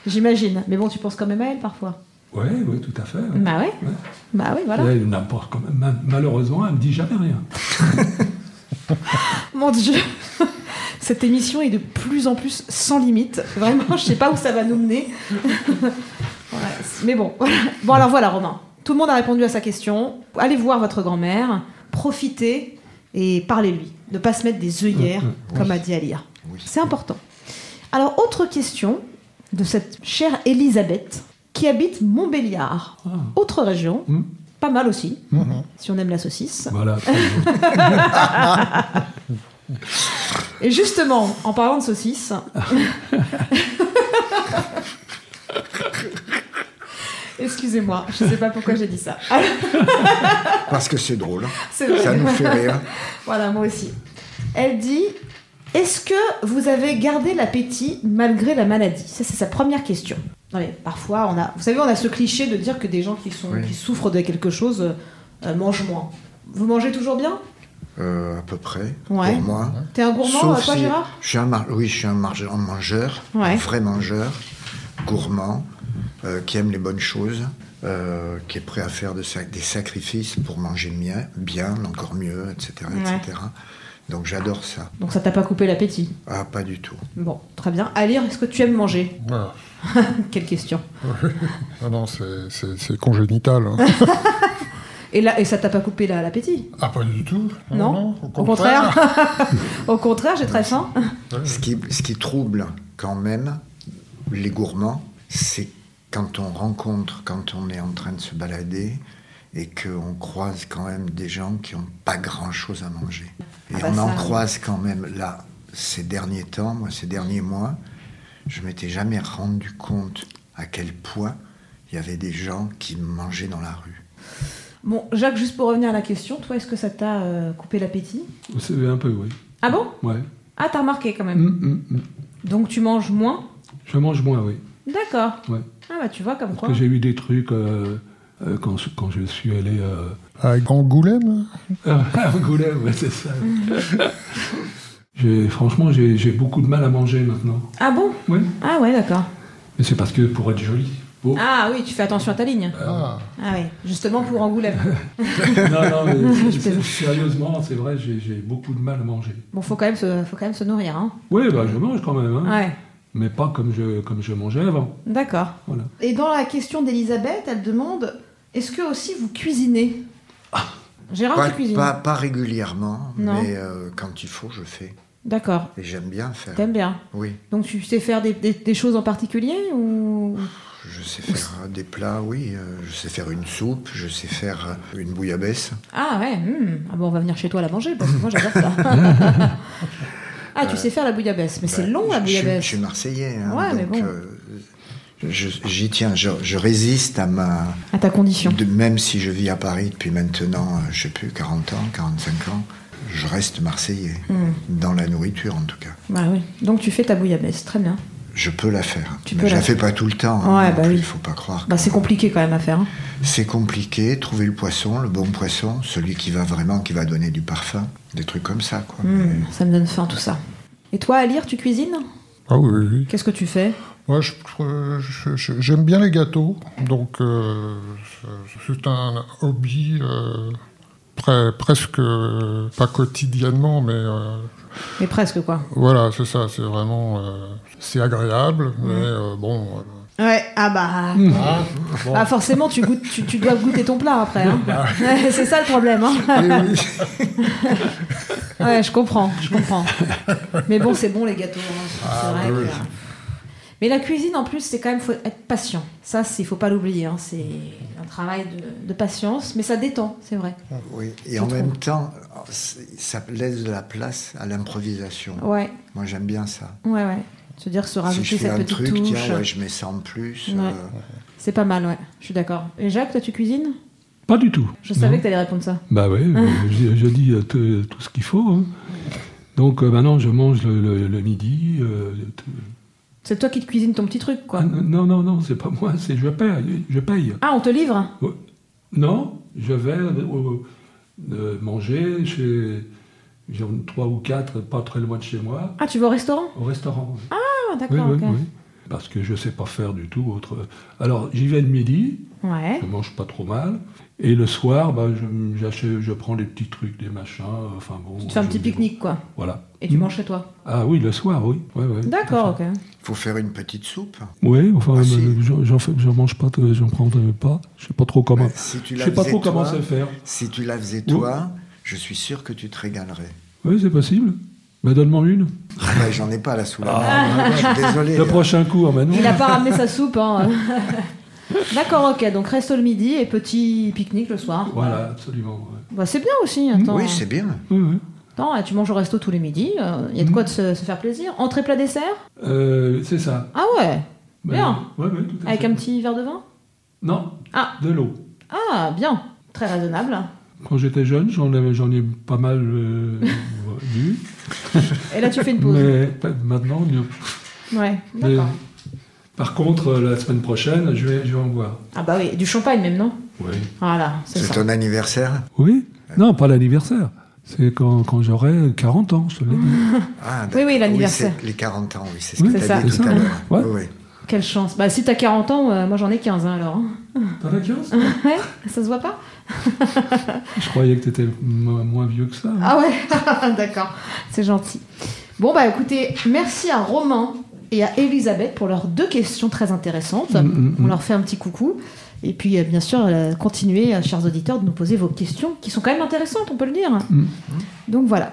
[SPEAKER 2] J'imagine. Mais bon, tu penses quand même à elle parfois.
[SPEAKER 4] Ouais, ouais, tout à fait. ouais.
[SPEAKER 2] Bah ouais.
[SPEAKER 4] Ouais.
[SPEAKER 2] Bah oui, voilà.
[SPEAKER 4] Et elle n'a pas- quand même- ma- malheureusement, elle me dit jamais rien.
[SPEAKER 2] Mon Dieu Cette émission est de plus en plus sans limite. Vraiment, je sais pas où ça va nous mener. Ouais, Mais bon. voilà. Bon, alors voilà, Romain. Tout le monde a répondu à sa question. Allez voir votre grand-mère, profitez et parlez-lui. Ne pas se mettre des œillères, comme a dit Alia.
[SPEAKER 3] Oui.
[SPEAKER 2] C'est important. Alors, autre question de cette chère Elisabeth qui habite Montbéliard. Autre région,
[SPEAKER 4] Hmm.
[SPEAKER 2] pas mal aussi, si on aime la saucisse.
[SPEAKER 4] Voilà. très bien.
[SPEAKER 2] Et justement, en parlant de saucisses. Excusez-moi, je sais pas pourquoi j'ai dit ça. Alors,
[SPEAKER 3] Parce que c'est drôle.
[SPEAKER 2] C'est vrai.
[SPEAKER 3] Ça nous fait rire.
[SPEAKER 2] Voilà, moi aussi. Elle dit Est-ce que vous avez gardé l'appétit malgré la maladie Ça, c'est sa première question. Non, mais parfois, on a, vous savez, on a ce cliché de dire que des gens qui, sont,
[SPEAKER 3] Oui.
[SPEAKER 2] qui souffrent de quelque chose euh, euh, mangent moins. Vous mangez toujours bien
[SPEAKER 3] euh, à peu près,
[SPEAKER 2] Ouais.
[SPEAKER 3] pour moi.
[SPEAKER 2] T'es un gourmand,
[SPEAKER 3] Sauf
[SPEAKER 2] euh, toi,
[SPEAKER 3] si-
[SPEAKER 2] Gérard
[SPEAKER 3] je suis un mar- Oui, je suis un, marge- un mangeur,
[SPEAKER 2] Ouais.
[SPEAKER 3] un vrai mangeur, gourmand, euh, qui aime les bonnes choses, euh, qui est prêt à faire de sa- des sacrifices pour manger bien, bien, encore mieux, etc.
[SPEAKER 2] Ouais.
[SPEAKER 3] etc. Donc j'adore ça.
[SPEAKER 2] Donc ça t'a pas coupé l'appétit.
[SPEAKER 3] Ah, pas du tout.
[SPEAKER 2] Bon, très bien. À lire, est-ce que tu aimes manger
[SPEAKER 5] Voilà.
[SPEAKER 2] Quelle question.
[SPEAKER 5] Non, non, c'est- c'est c'est congénital. hein.
[SPEAKER 2] Et là, et ça t'a pas coupé là, l'appétit
[SPEAKER 5] ah, pas du tout.
[SPEAKER 2] Non, au contraire. Au contraire, j'ai très faim.
[SPEAKER 3] Ce qui, ce qui trouble quand même les gourmands, c'est quand on rencontre, quand on est en train de se balader et qu'on croise quand même des gens qui n'ont pas grand-chose à manger. Et
[SPEAKER 2] Ah bah
[SPEAKER 3] on en
[SPEAKER 2] ça.
[SPEAKER 3] croise quand même là, ces derniers temps, moi, ces derniers mois, je m'étais jamais rendu compte à quel point il y avait des gens qui mangeaient dans la rue.
[SPEAKER 2] Bon, Jacques, juste pour revenir à la question, toi, est-ce que ça t'a euh, coupé l'appétit
[SPEAKER 4] C'est un peu, oui.
[SPEAKER 2] Ah bon
[SPEAKER 4] Ouais.
[SPEAKER 2] Ah, t'as remarqué quand même.
[SPEAKER 4] Hum, hum, hum.
[SPEAKER 2] Donc tu manges moins
[SPEAKER 4] Je mange moins, oui.
[SPEAKER 2] D'accord.
[SPEAKER 4] Ouais.
[SPEAKER 2] Ah bah tu vois comme quoi.
[SPEAKER 4] Parce que j'ai eu des trucs euh, euh, quand, je- quand je suis allé euh,
[SPEAKER 5] À Angoulême
[SPEAKER 4] à Angoulême, ouais, c'est ça. J'ai- franchement, j'ai j'ai beaucoup de mal à manger maintenant.
[SPEAKER 2] Ah bon
[SPEAKER 4] Oui.
[SPEAKER 2] Ah ouais, d'accord.
[SPEAKER 4] Mais c'est parce que pour être joli. Oh. Beau.
[SPEAKER 2] Ah oui, tu fais attention à ta ligne.
[SPEAKER 5] Ah,
[SPEAKER 2] Ah oui, justement pour Angoulême.
[SPEAKER 4] Non, non, mais
[SPEAKER 2] Je
[SPEAKER 4] c'est-
[SPEAKER 2] plaisante.
[SPEAKER 4] sérieusement, c'est vrai, j'ai j'ai beaucoup de mal à manger.
[SPEAKER 2] Bon, faut quand même se, faut quand même se nourrir, hein.
[SPEAKER 4] Oui, bah, je mange quand même, hein.
[SPEAKER 2] Ouais,
[SPEAKER 4] mais pas comme je, comme je mangeais avant.
[SPEAKER 2] d'accord.
[SPEAKER 4] Voilà.
[SPEAKER 2] Et dans la question d'Elisabeth, elle demande est-ce que aussi vous cuisinez
[SPEAKER 4] Ah.
[SPEAKER 2] Gérard,
[SPEAKER 3] Pas,
[SPEAKER 2] Ah, tu cuisines
[SPEAKER 3] pas- pas régulièrement,
[SPEAKER 2] Non.
[SPEAKER 3] mais euh, quand il faut, je fais.
[SPEAKER 2] D'accord,
[SPEAKER 3] Et j'aime bien faire.
[SPEAKER 2] t'aimes bien.
[SPEAKER 3] Oui.
[SPEAKER 2] Donc tu sais faire des, des- des choses en particulier ou
[SPEAKER 3] Je sais faire euh, des plats, oui. euh, Je sais faire une soupe, je sais faire euh, une bouillabaisse.
[SPEAKER 2] Ah ouais, hmm. ah bon, on va venir chez toi la manger parce que moi j'adore ça. ah, tu sais faire la bouillabaisse, mais c'est
[SPEAKER 3] Bah,
[SPEAKER 2] long la
[SPEAKER 3] je- je suis-
[SPEAKER 2] bouillabaisse.
[SPEAKER 3] Je suis marseillais, hein,
[SPEAKER 2] Ouais, mais
[SPEAKER 3] donc
[SPEAKER 2] bon.
[SPEAKER 3] euh, je- j'y tiens. Je, je résiste à ma...
[SPEAKER 2] À ta condition.
[SPEAKER 3] de- même si je vis à Paris depuis maintenant, euh, je sais plus, 40 ans, 45 ans, je reste marseillais.
[SPEAKER 2] Hmm.
[SPEAKER 3] Dans la nourriture, en tout cas.
[SPEAKER 2] Bah oui. Donc tu fais ta bouillabaisse, très bien.
[SPEAKER 3] Je peux la faire.
[SPEAKER 2] Tu
[SPEAKER 3] mais
[SPEAKER 2] peux
[SPEAKER 3] je
[SPEAKER 2] la
[SPEAKER 3] la fais pas tout le temps. hein,
[SPEAKER 2] Ouais,
[SPEAKER 3] non
[SPEAKER 2] bah
[SPEAKER 3] plus,
[SPEAKER 2] oui.
[SPEAKER 3] Il faut pas croire.
[SPEAKER 2] Bah c'est compliqué quand même à faire. hein.
[SPEAKER 3] C'est compliqué, trouver le poisson, le bon poisson, celui qui va vraiment, qui va donner du parfum, des trucs comme ça, quoi. Mais-
[SPEAKER 2] Hmm, Ça me donne faim tout ça. Et toi, à lire, tu cuisines
[SPEAKER 5] ah oui, oui, oui.
[SPEAKER 2] Qu'est-ce que tu fais
[SPEAKER 5] Moi, je- euh, je- je- j'aime bien les gâteaux, donc euh, c'est un hobby euh, pre- presque euh, pas quotidiennement, mais euh,
[SPEAKER 2] Mais presque quoi.
[SPEAKER 5] voilà, c'est ça, c'est vraiment euh, c'est agréable, mais euh, bon. euh,
[SPEAKER 2] Ouais, ah bah. Ah, forcément, tu, goûtes, tu, tu dois goûter ton plat après. hein. Ouais, c'est ça le problème. hein.
[SPEAKER 5] Eh oui.
[SPEAKER 2] Ouais, je comprends, je comprends. Mais bon, c'est bon les gâteaux. hein. C'est vrai
[SPEAKER 5] oui,
[SPEAKER 2] que-
[SPEAKER 5] oui.
[SPEAKER 2] Mais la cuisine, en plus, c'est quand même faut être patient. Ça, il faut pas l'oublier. hein. C'est un travail de, de patience, mais ça détend, c'est vrai.
[SPEAKER 3] Oui, et
[SPEAKER 2] Je
[SPEAKER 3] en
[SPEAKER 2] trouve.
[SPEAKER 3] même temps, c'est- ça laisse de la place à l'improvisation.
[SPEAKER 2] Ouais,
[SPEAKER 3] Moi, j'aime bien ça.
[SPEAKER 2] ouais, ouais. Se dire se
[SPEAKER 3] si
[SPEAKER 2] Oh. rajouter
[SPEAKER 3] je fais
[SPEAKER 2] cette
[SPEAKER 3] un
[SPEAKER 2] petite
[SPEAKER 3] truc,
[SPEAKER 2] touche,
[SPEAKER 3] tiens, ouais, je mets ça en plus.
[SPEAKER 2] Ouais.
[SPEAKER 3] euh,
[SPEAKER 2] c'est pas mal, ouais. Je suis d'accord. Et Jacques, toi, tu cuisines
[SPEAKER 4] Pas du tout.
[SPEAKER 2] Je savais
[SPEAKER 4] Non.
[SPEAKER 2] que t'allais répondre ça.
[SPEAKER 4] Bah oui, je, je dis euh, tout, tout ce qu'il faut. hein. Donc euh, maintenant, je mange le, le- le midi. euh, tout-
[SPEAKER 2] C'est toi qui te cuisines ton petit truc, quoi.
[SPEAKER 4] Ah, non, non, non, c'est pas moi, c'est je paye. Je paye.
[SPEAKER 2] Ah, on te livre
[SPEAKER 4] Ouais. Non, je vais euh, euh, manger chez j'ai trois ou quatre pas très loin de chez moi,
[SPEAKER 2] Ah, tu vas au restaurant
[SPEAKER 4] au restaurant.
[SPEAKER 2] Ah,
[SPEAKER 4] Oui,
[SPEAKER 2] d'accord,
[SPEAKER 4] oui,
[SPEAKER 2] ok.
[SPEAKER 4] oui. Parce que je sais pas faire du tout autre. Alors j'y vais le midi,
[SPEAKER 2] Ouais.
[SPEAKER 4] je mange pas trop mal, et le soir, bah, je, j'achète- je prends des petits trucs, des machins. Enfin bon.
[SPEAKER 2] Tu te fais un
[SPEAKER 4] je
[SPEAKER 2] petit
[SPEAKER 4] me débrouille.
[SPEAKER 2] pique-nique, quoi.
[SPEAKER 4] Voilà.
[SPEAKER 2] Et tu
[SPEAKER 4] Mm.
[SPEAKER 2] manges chez toi.
[SPEAKER 4] Ah oui, le soir, oui. Ouais, ouais,
[SPEAKER 2] D'accord, ok.
[SPEAKER 3] faut faire une petite soupe.
[SPEAKER 4] Oui, enfin,
[SPEAKER 3] Ah,
[SPEAKER 4] euh,
[SPEAKER 3] si.
[SPEAKER 4] j'en- j'en fais- j'en mange pas, euh, j'en prends euh, pas. Je sais pas trop comment.
[SPEAKER 3] Bah, si tu
[SPEAKER 4] je
[SPEAKER 3] la
[SPEAKER 4] sais pas
[SPEAKER 3] faisais
[SPEAKER 4] trop comment
[SPEAKER 3] toi-
[SPEAKER 4] se faire.
[SPEAKER 3] Si tu la faisais toi, je suis sûr que tu te régalerais.
[SPEAKER 4] Oui, c'est possible. Bah, donne-moi une.
[SPEAKER 3] Ah, bah, J'en ai pas là sous la main. Je suis Ah, désolé.
[SPEAKER 4] Ah, Le
[SPEAKER 3] là.
[SPEAKER 4] prochain cours, maintenant.
[SPEAKER 2] Il a pas ramené sa soupe, hein. D'accord, ok. Donc resto le midi et petit pique-nique le soir.
[SPEAKER 4] Voilà, absolument. ouais.
[SPEAKER 2] Bah, c'est bien aussi, attends.
[SPEAKER 3] Mm, Oui, c'est bien.
[SPEAKER 4] Oui, oui.
[SPEAKER 2] Attends, tu manges au resto tous les midis, il y a de quoi de se, se faire plaisir. Entrée, plat, dessert
[SPEAKER 4] Euh, c'est ça.
[SPEAKER 2] Ah ouais
[SPEAKER 4] Ben,
[SPEAKER 2] Bien.
[SPEAKER 4] ouais, ouais, tout à
[SPEAKER 2] Avec
[SPEAKER 4] fait.
[SPEAKER 2] un petit verre de vin
[SPEAKER 4] Non,
[SPEAKER 2] Ah,
[SPEAKER 4] de l'eau.
[SPEAKER 2] ah, bien. Très raisonnable.
[SPEAKER 4] Quand j'étais jeune, j'en avais- j'en ai pas mal euh, bu.
[SPEAKER 2] Et là, tu fais une pause.
[SPEAKER 4] Mais pas- maintenant, non.
[SPEAKER 2] Ouais,
[SPEAKER 4] Mais-
[SPEAKER 2] d'accord.
[SPEAKER 4] par contre, euh, la semaine prochaine, je vais, je vais en boire.
[SPEAKER 2] Ah bah oui, du champagne même, non
[SPEAKER 4] Oui.
[SPEAKER 2] Voilà, c'est
[SPEAKER 3] C'est
[SPEAKER 2] ça.
[SPEAKER 3] ton anniversaire
[SPEAKER 4] Oui Non, pas l'anniversaire. C'est quand, quand j'aurai 40 ans, je te l'ai dit.
[SPEAKER 3] Ah,
[SPEAKER 2] Oui, oui, l'anniversaire.
[SPEAKER 3] c'est les 40 ans, oui, c'est ce
[SPEAKER 4] Oui,
[SPEAKER 3] que
[SPEAKER 2] c'est
[SPEAKER 3] tu
[SPEAKER 2] ça.
[SPEAKER 3] dit
[SPEAKER 4] C'est
[SPEAKER 3] tout
[SPEAKER 4] ça,
[SPEAKER 3] à l'heure.
[SPEAKER 4] ouais.
[SPEAKER 3] Oui, oui.
[SPEAKER 2] Quelle chance. Bah, si t'as 40 ans, euh, moi j'en ai 15 hein, alors. hein.
[SPEAKER 4] T'en as 15
[SPEAKER 2] Ouais, ça se voit pas
[SPEAKER 4] Je croyais que t'étais mo- moins vieux que ça.
[SPEAKER 2] Ah ouais, d'accord, c'est gentil. Bon bah écoutez, merci à Romain et à Elisabeth pour leurs deux questions très intéressantes.
[SPEAKER 4] Mm, mm,
[SPEAKER 2] On
[SPEAKER 4] mm.
[SPEAKER 2] leur fait un petit coucou. Et puis euh, bien sûr, euh, continuez, euh, chers auditeurs, de nous poser vos questions qui sont quand même intéressantes, on peut le dire.
[SPEAKER 4] Mm.
[SPEAKER 2] Donc voilà.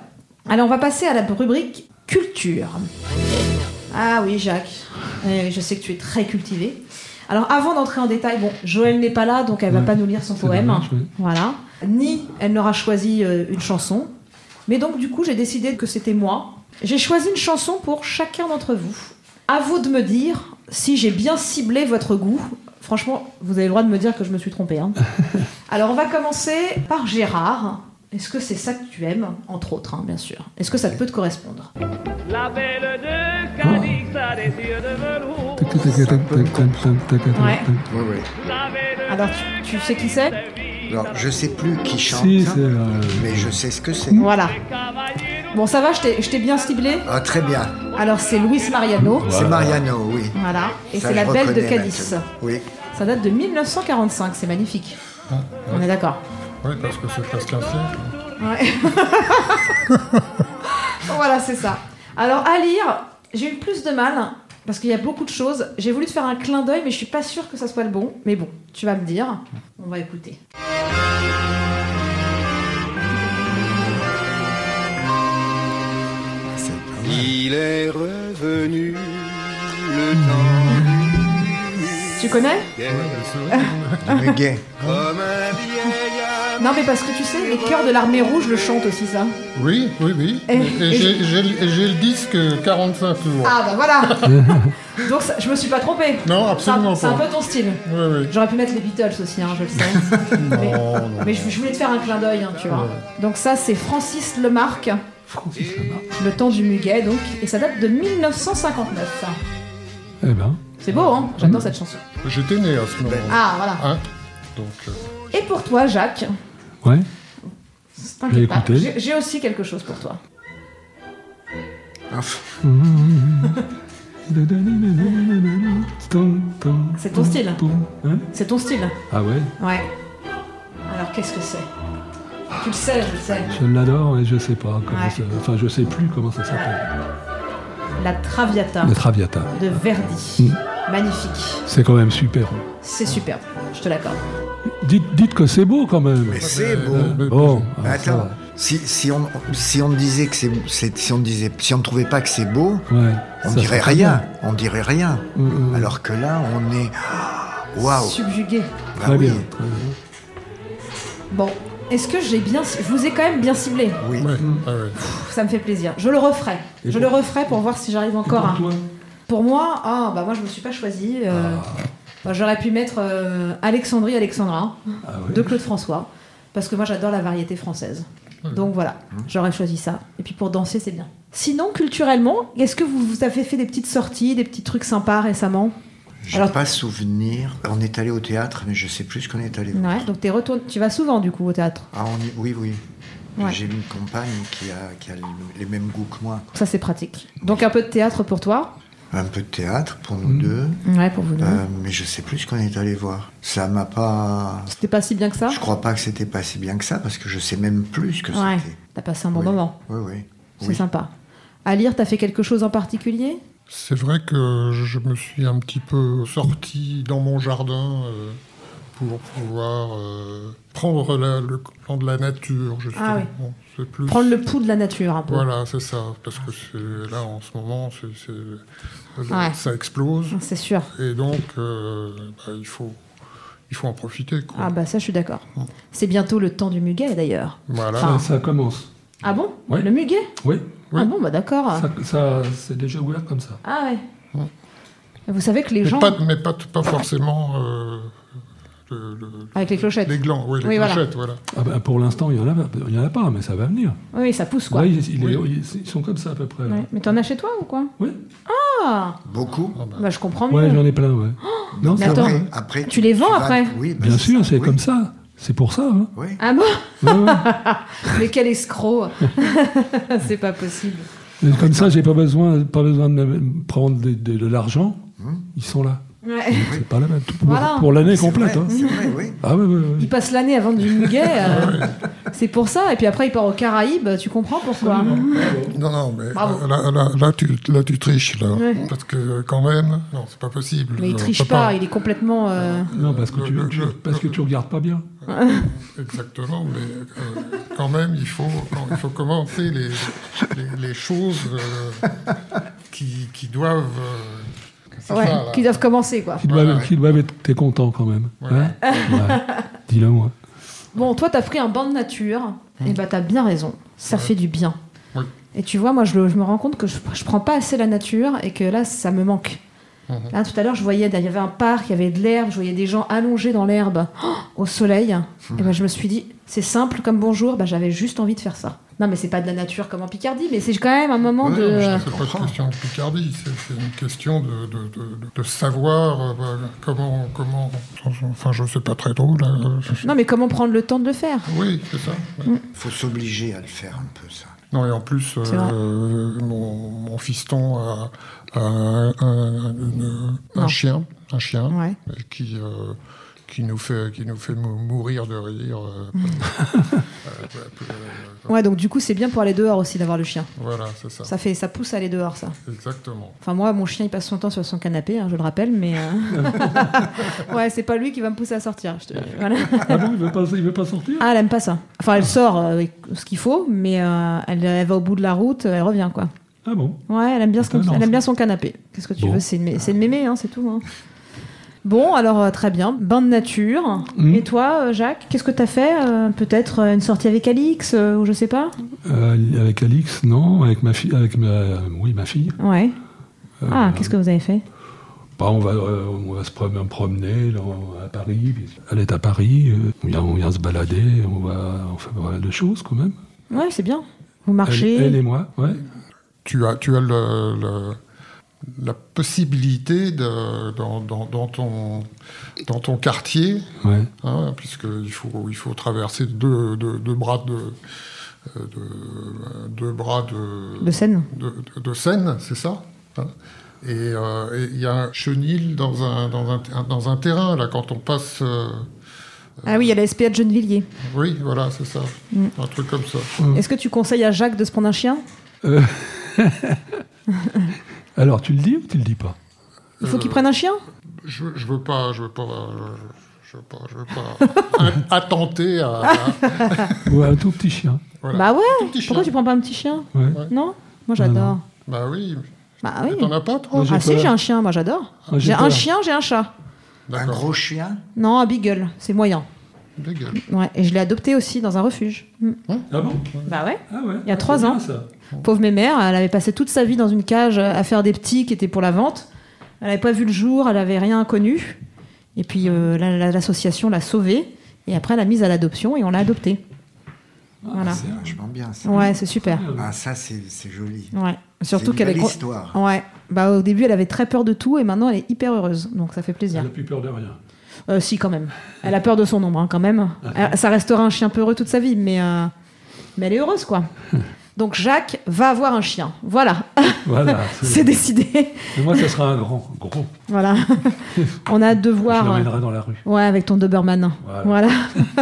[SPEAKER 2] Alors on va passer à la rubrique culture. Ah oui, Jacques, Eh oui, je sais que tu es très cultivé. Alors avant d'entrer en détail, bon, Joël n'est pas là, donc elle va
[SPEAKER 4] Ouais.
[SPEAKER 2] pas nous lire son
[SPEAKER 4] C'est
[SPEAKER 2] poème.
[SPEAKER 4] dommage, oui.
[SPEAKER 2] Voilà. Ni elle n'aura choisi euh, une chanson. Mais donc, du coup, j'ai décidé que c'était moi. J'ai choisi une chanson pour chacun d'entre vous. À vous de me dire si j'ai bien ciblé votre goût. Franchement, vous avez le droit de me dire que je me suis trompée. hein. Alors, on va commencer par Gérard. Est-ce que c'est ça que tu aimes, entre autres, hein, bien sûr Est-ce que ça peut te correspondre
[SPEAKER 6] La belle de Cadix a des yeux de velours.
[SPEAKER 4] Tac, tac, tac, tac, tac, tac, tac, tac, tac.
[SPEAKER 2] Ouais.
[SPEAKER 3] Oui, oui.
[SPEAKER 6] La belle de
[SPEAKER 2] Alors, tu, tu sais qui c'est
[SPEAKER 3] Alors, je sais plus qui chante,
[SPEAKER 4] Si, c'est. euh,
[SPEAKER 3] mais je sais ce que c'est.
[SPEAKER 2] Voilà.
[SPEAKER 6] Cavalier
[SPEAKER 2] Bon, ça va, je t'ai- je t'ai bien ciblé.
[SPEAKER 3] Ah, très bien.
[SPEAKER 2] Alors, c'est Luis Mariano.
[SPEAKER 3] C'est Mariano, oui.
[SPEAKER 2] Voilà. Et
[SPEAKER 3] Ça,
[SPEAKER 2] c'est
[SPEAKER 3] je
[SPEAKER 2] La Belle de
[SPEAKER 3] reconnais
[SPEAKER 2] Cadiz.
[SPEAKER 3] maintenant. Oui.
[SPEAKER 2] Ça date de 1945, c'est magnifique.
[SPEAKER 5] Ah,
[SPEAKER 2] On est d'accord.
[SPEAKER 5] Oui, parce que c'est presque un siècle.
[SPEAKER 2] Ouais. voilà, c'est ça. Alors, à lire, j'ai eu plus de mal parce qu'il y a beaucoup de choses. J'ai voulu te faire un clin d'œil, mais je suis pas sûre que ça soit le bon. Mais bon, tu vas me dire. On va écouter.
[SPEAKER 3] c'est pas mal.
[SPEAKER 7] Il est revenu le temps
[SPEAKER 2] Tu connais
[SPEAKER 7] du guerre,
[SPEAKER 3] De Ah, Muguet.
[SPEAKER 7] comme un vieillard.
[SPEAKER 2] Non, mais parce que tu sais, les chœurs de l'armée rouge le chantent aussi, ça.
[SPEAKER 5] Oui, oui, oui.
[SPEAKER 2] Et-
[SPEAKER 5] Et,
[SPEAKER 2] et
[SPEAKER 5] j'ai- j'ai le- et j'ai le disque 45 jours.
[SPEAKER 2] Ah, bah voilà Donc, ça- je me suis pas trompée.
[SPEAKER 5] Non, absolument
[SPEAKER 2] C'est un- C'est
[SPEAKER 5] pas.
[SPEAKER 2] un peu ton style.
[SPEAKER 5] Oui, oui.
[SPEAKER 2] J'aurais pu mettre les Beatles aussi, hein, je le sais. mais
[SPEAKER 5] Non, non.
[SPEAKER 2] mais je, je voulais te faire un clin d'œil, hein, tu vois. Donc, ça, c'est Francis Lemarque.
[SPEAKER 4] Francis Lamarck.
[SPEAKER 2] Le temps du muguet, donc, et ça date de 1959.
[SPEAKER 4] Eh ben.
[SPEAKER 2] C'est beau, hein J'adore cette chanson.
[SPEAKER 5] J'étais né à ce moment.
[SPEAKER 2] Ah, voilà.
[SPEAKER 5] Hein Donc, euh,
[SPEAKER 2] Et pour toi, Jacques,
[SPEAKER 4] Ouais.
[SPEAKER 2] t'inquiète
[SPEAKER 4] J'ai
[SPEAKER 2] pas,
[SPEAKER 4] écouté.
[SPEAKER 2] j'ai j'ai aussi quelque chose pour toi.
[SPEAKER 3] Ah,
[SPEAKER 2] C'est ton style.
[SPEAKER 4] Hein
[SPEAKER 2] C'est ton style
[SPEAKER 4] ah ouais,
[SPEAKER 2] Ouais. Alors, qu'est-ce que c'est Tu le sais, je le sais.
[SPEAKER 4] je l'adore et je sais pas comment
[SPEAKER 2] Ouais.
[SPEAKER 4] ça... Enfin, je sais plus comment ça s'appelle.
[SPEAKER 2] La Traviata
[SPEAKER 4] Le Traviata.
[SPEAKER 2] de Verdi.
[SPEAKER 4] Mm.
[SPEAKER 2] Magnifique.
[SPEAKER 4] C'est quand même super.
[SPEAKER 2] C'est superbe, je te l'accorde.
[SPEAKER 4] Dites, dites que c'est beau quand même.
[SPEAKER 3] mais c'est beau.
[SPEAKER 5] euh,
[SPEAKER 4] Bon,
[SPEAKER 3] Mais
[SPEAKER 4] alors Ah, ça
[SPEAKER 3] attends, si, si on si on disait que c'est c'est- si on disait si on ne trouvait pas que c'est beau,
[SPEAKER 4] va. Ouais,
[SPEAKER 3] on
[SPEAKER 4] ça
[SPEAKER 3] dirait
[SPEAKER 4] serait
[SPEAKER 3] rien, on dirait rien.
[SPEAKER 4] bien. Mm, mm.
[SPEAKER 3] Alors que là, on est waouh.
[SPEAKER 2] Subjugué.
[SPEAKER 3] Bah
[SPEAKER 4] Très
[SPEAKER 3] oui.
[SPEAKER 4] bien, très bien.
[SPEAKER 2] Bon, est-ce que j'ai bien. Je vous ai quand même bien ciblé.
[SPEAKER 3] Oui.
[SPEAKER 5] ouais, ah ouais.
[SPEAKER 2] Pff, Ça me fait plaisir. Je le referai.
[SPEAKER 4] Et
[SPEAKER 2] Je le
[SPEAKER 4] pour-
[SPEAKER 2] referai pour voir si j'arrive encore à.
[SPEAKER 4] Et pour toi
[SPEAKER 2] Pour moi, ah bah moi je me suis pas choisie. euh,
[SPEAKER 3] Ah.
[SPEAKER 2] bah, J'aurais pu mettre euh, Alexandrie Alexandra
[SPEAKER 4] Ah ouais.
[SPEAKER 2] de Claude François parce que moi j'adore la variété française. Donc voilà,
[SPEAKER 3] Hein?
[SPEAKER 2] j'aurais choisi ça. Et puis pour danser, c'est bien. Sinon, culturellement, est-ce que vous vous avez fait des petites sorties, des petits trucs sympas récemment
[SPEAKER 3] J'ai
[SPEAKER 2] Alors-
[SPEAKER 3] pas souvenir. On est allé au théâtre, mais je sais plus ce qu'on est allé. voir.
[SPEAKER 2] Ouais, donc t'es retourne... tu vas souvent du coup au théâtre.
[SPEAKER 3] Ah, on y- oui, oui.
[SPEAKER 2] Ouais.
[SPEAKER 3] J'ai une compagne qui a, qui a le- les mêmes goûts que moi.
[SPEAKER 2] Ça c'est pratique. Donc un peu de théâtre pour toi
[SPEAKER 3] Un peu de théâtre pour
[SPEAKER 4] Mm.
[SPEAKER 3] nous deux,
[SPEAKER 2] Ouais, pour vous deux.
[SPEAKER 3] euh, mais je sais plus ce qu'on est allé voir. Ça m'a pas.
[SPEAKER 2] C'était pas si bien que ça
[SPEAKER 3] Je crois pas que c'était pas si bien que ça parce que je sais même plus ce que
[SPEAKER 2] Ouais,
[SPEAKER 3] c'était.
[SPEAKER 2] t'as passé un bon
[SPEAKER 3] Oui.
[SPEAKER 2] moment.
[SPEAKER 3] Oui, oui.
[SPEAKER 2] C'est
[SPEAKER 3] Oui.
[SPEAKER 2] sympa. À lire, t'as fait quelque chose en particulier
[SPEAKER 5] C'est vrai que je me suis un petit peu sorti dans mon jardin euh, pour pouvoir euh, prendre la- le plan de la nature, justement.
[SPEAKER 2] Ah
[SPEAKER 5] C'est plus-
[SPEAKER 2] Prendre le pouls de la nature un peu.
[SPEAKER 5] Voilà, c'est ça. Parce que c'est- là, en ce moment, c'est- c'est-
[SPEAKER 2] Ouais.
[SPEAKER 5] ça explose.
[SPEAKER 2] Ah, C'est sûr.
[SPEAKER 5] Et donc, euh, bah, il, faut, il faut en profiter. Quoi.
[SPEAKER 2] Ah bah ça, je suis d'accord. C'est bientôt le temps du muguet d'ailleurs.
[SPEAKER 5] Voilà.
[SPEAKER 2] Ah.
[SPEAKER 4] Ça, ça commence.
[SPEAKER 2] Ah bon
[SPEAKER 4] Ouais.
[SPEAKER 2] Le muguet
[SPEAKER 4] Oui,
[SPEAKER 5] Oui.
[SPEAKER 2] Ah bon, bah d'accord.
[SPEAKER 4] ça, ça c'est déjà ouvert comme ça.
[SPEAKER 2] Ah ouais. Vous savez que les
[SPEAKER 5] mais
[SPEAKER 2] gens
[SPEAKER 5] pas, mais pas, pas forcément euh, le- le-
[SPEAKER 2] avec les clochettes.
[SPEAKER 5] les glands, oui, les
[SPEAKER 2] Oui, voilà.
[SPEAKER 5] clochettes, voilà.
[SPEAKER 4] Ah ben, pour l'instant, il n'y en, a- il y en a pas, mais ça va venir.
[SPEAKER 2] Oui, ça pousse quoi.
[SPEAKER 4] Là, ils, ils-
[SPEAKER 5] Oui.
[SPEAKER 4] ils- ils sont comme ça à peu près. là.
[SPEAKER 2] Ouais. Mais t'en as chez toi ou quoi
[SPEAKER 4] Oui,
[SPEAKER 2] Ah
[SPEAKER 3] Beaucoup.
[SPEAKER 2] Bah je comprends
[SPEAKER 4] ouais,
[SPEAKER 2] mieux.
[SPEAKER 4] j'en ai plein, ouais. Non,
[SPEAKER 2] Oh, Mais
[SPEAKER 4] c'est
[SPEAKER 2] attends.
[SPEAKER 4] vrai.
[SPEAKER 3] après
[SPEAKER 2] Tu les vends
[SPEAKER 3] vas-
[SPEAKER 2] après
[SPEAKER 3] Oui, bah,
[SPEAKER 4] Bien sûr, c'est
[SPEAKER 3] oui.
[SPEAKER 4] comme ça. C'est pour ça. Hein.
[SPEAKER 3] Oui.
[SPEAKER 2] Ah bon
[SPEAKER 4] Ouais, ouais.
[SPEAKER 2] Mais quel escroc C'est pas possible.
[SPEAKER 4] Et Comme ça, j'ai pas besoin, pas besoin de me prendre de, de- de l'argent. Ils sont là.
[SPEAKER 2] Ouais.
[SPEAKER 4] C'est pas la même. Tout Pour,
[SPEAKER 2] Voilà.
[SPEAKER 4] pour l'année
[SPEAKER 3] Hum. C'est
[SPEAKER 4] complète.
[SPEAKER 3] vrai,
[SPEAKER 4] hein.
[SPEAKER 3] C'est vrai, oui.
[SPEAKER 4] Ah ouais, ouais,
[SPEAKER 2] Il
[SPEAKER 4] ouais.
[SPEAKER 2] passe l'année à vendre du muguet. euh, c'est pour ça. Et puis après, il part aux Caraïbes. Tu comprends pourquoi
[SPEAKER 5] Non, non, mais
[SPEAKER 2] Bravo.
[SPEAKER 5] euh, là, là- là, tu, là, tu triches, là.
[SPEAKER 2] Ouais.
[SPEAKER 5] Parce que euh, quand même, non, c'est pas possible.
[SPEAKER 2] Mais il
[SPEAKER 5] On
[SPEAKER 2] triche
[SPEAKER 5] peut
[SPEAKER 2] pas. Il est complètement. euh,
[SPEAKER 4] Non, parce que,
[SPEAKER 5] Le-
[SPEAKER 4] tu,
[SPEAKER 5] le-
[SPEAKER 4] tu-
[SPEAKER 5] le-
[SPEAKER 4] parce que tu regardes pas bien.
[SPEAKER 5] Exactement, mais euh, quand même, il faut, quand- il faut commenter les, les, les choses euh, qui, qui doivent. euh, c'est
[SPEAKER 2] ouais,
[SPEAKER 5] ça, là.
[SPEAKER 2] qui doivent commencer quoi.
[SPEAKER 4] Qui doivent,
[SPEAKER 5] Voilà, ouais.
[SPEAKER 4] qui doivent être t'es content quand même.
[SPEAKER 5] Voilà.
[SPEAKER 4] Hein Ouais. Dis-le moi.
[SPEAKER 2] Bon, toi, t'as pris un banc de nature. Et bah, t'as bien raison. Ça fait du bien.
[SPEAKER 5] Oui.
[SPEAKER 2] Et tu vois, moi, je, le- je me rends compte que je, je prends pas assez la nature et que là, ça me manque.
[SPEAKER 3] Mhm.
[SPEAKER 2] Là, tout à l'heure, je voyais, il y avait un parc, il y avait de l'herbe, je voyais des gens allongés dans l'herbe oh, au soleil. Et ben, je me suis dit, c'est simple comme bonjour, bah, j'avais juste envie de faire ça. Non, mais c'est pas de la nature comme en Picardie, mais c'est quand même un moment
[SPEAKER 3] Ouais,
[SPEAKER 2] de.
[SPEAKER 3] non, mais je
[SPEAKER 5] C'est pas
[SPEAKER 3] comprends.
[SPEAKER 5] une question de Picardie, c'est c'est une question de, de, de- de savoir euh, bah, comment, comment. Enfin, je sais pas très trop, là. euh, je-
[SPEAKER 2] Non, mais comment prendre le temps de le faire
[SPEAKER 5] Oui, c'est ça. ouais.
[SPEAKER 3] faut s'obliger à le faire un peu, ça.
[SPEAKER 5] Non, et en plus,
[SPEAKER 2] Mm. C'est vrai.
[SPEAKER 5] euh, mon, mon fiston a, a un, un- une- un
[SPEAKER 2] Non.
[SPEAKER 5] chien, un chien
[SPEAKER 2] Ouais.
[SPEAKER 5] euh, qui, euh, qui nous fait, qui nous fait mou- mourir de rire. euh, euh, euh, euh,
[SPEAKER 2] Ouais, donc du coup, c'est bien pour aller dehors aussi d'avoir le chien.
[SPEAKER 5] voilà, c'est ça.
[SPEAKER 2] Ça fait, ça pousse à aller dehors, ça.
[SPEAKER 5] Exactement.
[SPEAKER 2] Enfin, moi, mon chien, il passe son temps sur son canapé, hein, je le rappelle, mais. euh, ouais, c'est pas lui qui va me pousser à sortir. je te- voilà.
[SPEAKER 4] Ah bon, il veut pas, il veut pas sortir
[SPEAKER 2] Ah, elle aime pas ça. Enfin, elle sort euh, avec ce qu'il faut, mais euh, elle, elle va au bout de la route, elle revient, quoi.
[SPEAKER 4] Ah bon
[SPEAKER 2] Ouais, elle aime bien, ce
[SPEAKER 4] Ah, non,
[SPEAKER 2] elle aime
[SPEAKER 4] c'est-
[SPEAKER 2] bien son canapé. Qu'est-ce que tu
[SPEAKER 4] Bon.
[SPEAKER 2] veux C'est une, mé- c'est une mémé, hein, c'est tout. hein. Bon, alors euh, très bien. Bain de nature.
[SPEAKER 4] Mhm.
[SPEAKER 2] Et toi, euh, Jacques, qu'est-ce que t'as fait Euh, Peut-être euh, une sortie avec Alix euh, ou je sais pas
[SPEAKER 4] Euh, Avec Alix, non. Avec ma fille, avec ma, euh, oui, ma fille.
[SPEAKER 2] Ouais.
[SPEAKER 4] Euh,
[SPEAKER 2] Ah, qu'est-ce que vous avez fait
[SPEAKER 4] Bah, on, va, euh, on va se prom- promener là, à Paris. puis Elle est à Paris. euh, on, vient, on vient se balader. On va on fait pas mal de choses quand même.
[SPEAKER 2] Ouais, c'est bien. Vous
[SPEAKER 4] Elle,
[SPEAKER 2] marchez.
[SPEAKER 4] elle et moi. Ouais.
[SPEAKER 5] Tu as, tu as le- le- la possibilité de, dans, dans- dans ton, dans ton quartier,
[SPEAKER 4] Ouais.
[SPEAKER 5] hein, puisqu'il faut, il faut traverser deux, deux- deux bras de. euh, de- deux bras de,
[SPEAKER 2] De scène.
[SPEAKER 4] Euh.
[SPEAKER 5] de, de- de Seine, c'est ça hein Et euh, et il y a un chenil dans un, dans un, un- dans un terrain, là, quand on passe... euh,
[SPEAKER 2] Ah oui, il y a la SPA de Gennevilliers.
[SPEAKER 5] oui, voilà, c'est ça. Un truc comme ça.
[SPEAKER 2] Est-ce que tu conseilles à Jacques de se prendre un chien
[SPEAKER 4] Alors, tu le dis ou tu le dis pas
[SPEAKER 2] Il faut
[SPEAKER 5] Euh,
[SPEAKER 2] qu'il prenne un chien
[SPEAKER 5] Je, je veux pas... Je veux pas... Je, je veux pas... Je veux pas a- attenter à... à-
[SPEAKER 4] Ou un tout petit chien.
[SPEAKER 5] voilà.
[SPEAKER 2] Bah ouais.
[SPEAKER 5] petit chien.
[SPEAKER 2] Pourquoi tu prends pas un petit chien
[SPEAKER 4] Ouais.
[SPEAKER 2] Non Moi, j'adore.
[SPEAKER 5] Bah oui.
[SPEAKER 2] Bah
[SPEAKER 5] mais
[SPEAKER 2] oui.
[SPEAKER 5] T'en as pas, toi
[SPEAKER 4] j'ai
[SPEAKER 2] Ah si,
[SPEAKER 4] peur.
[SPEAKER 2] j'ai un chien, moi j'adore.
[SPEAKER 4] Ah, j'ai
[SPEAKER 2] J'ai un
[SPEAKER 4] peur.
[SPEAKER 2] chien, j'ai un chat.
[SPEAKER 3] Un
[SPEAKER 2] Ah,
[SPEAKER 3] gros chien
[SPEAKER 2] Non, un beagle, c'est moyen.
[SPEAKER 5] Des gueules.
[SPEAKER 2] Ouais, et je l'ai adopté aussi dans un refuge. Mm.
[SPEAKER 4] Ah bon
[SPEAKER 2] Bah ouais.
[SPEAKER 4] Ah ouais.
[SPEAKER 2] Il y a trois ans. Pauvre mémère, elle avait passé toute sa vie dans une cage à faire des petits qui étaient pour la vente. Elle n'avait pas vu le jour, elle avait rien connu. Et puis euh, la- la- l'association l'a sauvée. Et après, elle l'a mise à l'adoption et on l'a adoptée.
[SPEAKER 4] Ah,
[SPEAKER 2] Voilà.
[SPEAKER 3] C'est vachement bien, ça.
[SPEAKER 2] Ouais, c'est super.
[SPEAKER 3] Ah, ça, c'est c'est joli.
[SPEAKER 2] Ouais.
[SPEAKER 3] C'est
[SPEAKER 2] Surtout
[SPEAKER 3] une
[SPEAKER 2] qu'elle est.
[SPEAKER 3] belle
[SPEAKER 2] con-
[SPEAKER 3] histoire.
[SPEAKER 2] Ouais. Bah au début, elle avait très peur de tout et maintenant, elle est hyper heureuse. Donc ça fait plaisir.
[SPEAKER 4] Elle n'a plus peur de rien.
[SPEAKER 2] Euh, si, quand même. Elle a peur de son ombre, hein, quand même. Elle- ça restera un chien peureux toute sa vie, mais, euh, mais elle est heureuse, quoi. Donc Jacques va avoir un chien. Voilà,
[SPEAKER 4] Voilà.
[SPEAKER 2] c'est décidé.
[SPEAKER 4] Et moi, ça sera un grand, gros.
[SPEAKER 2] voilà. On a hâte de
[SPEAKER 4] Je
[SPEAKER 2] voir. euh,
[SPEAKER 4] l'emmènerai dans la rue.
[SPEAKER 2] Ouais, avec ton Doberman.
[SPEAKER 4] Voilà.
[SPEAKER 2] Voilà.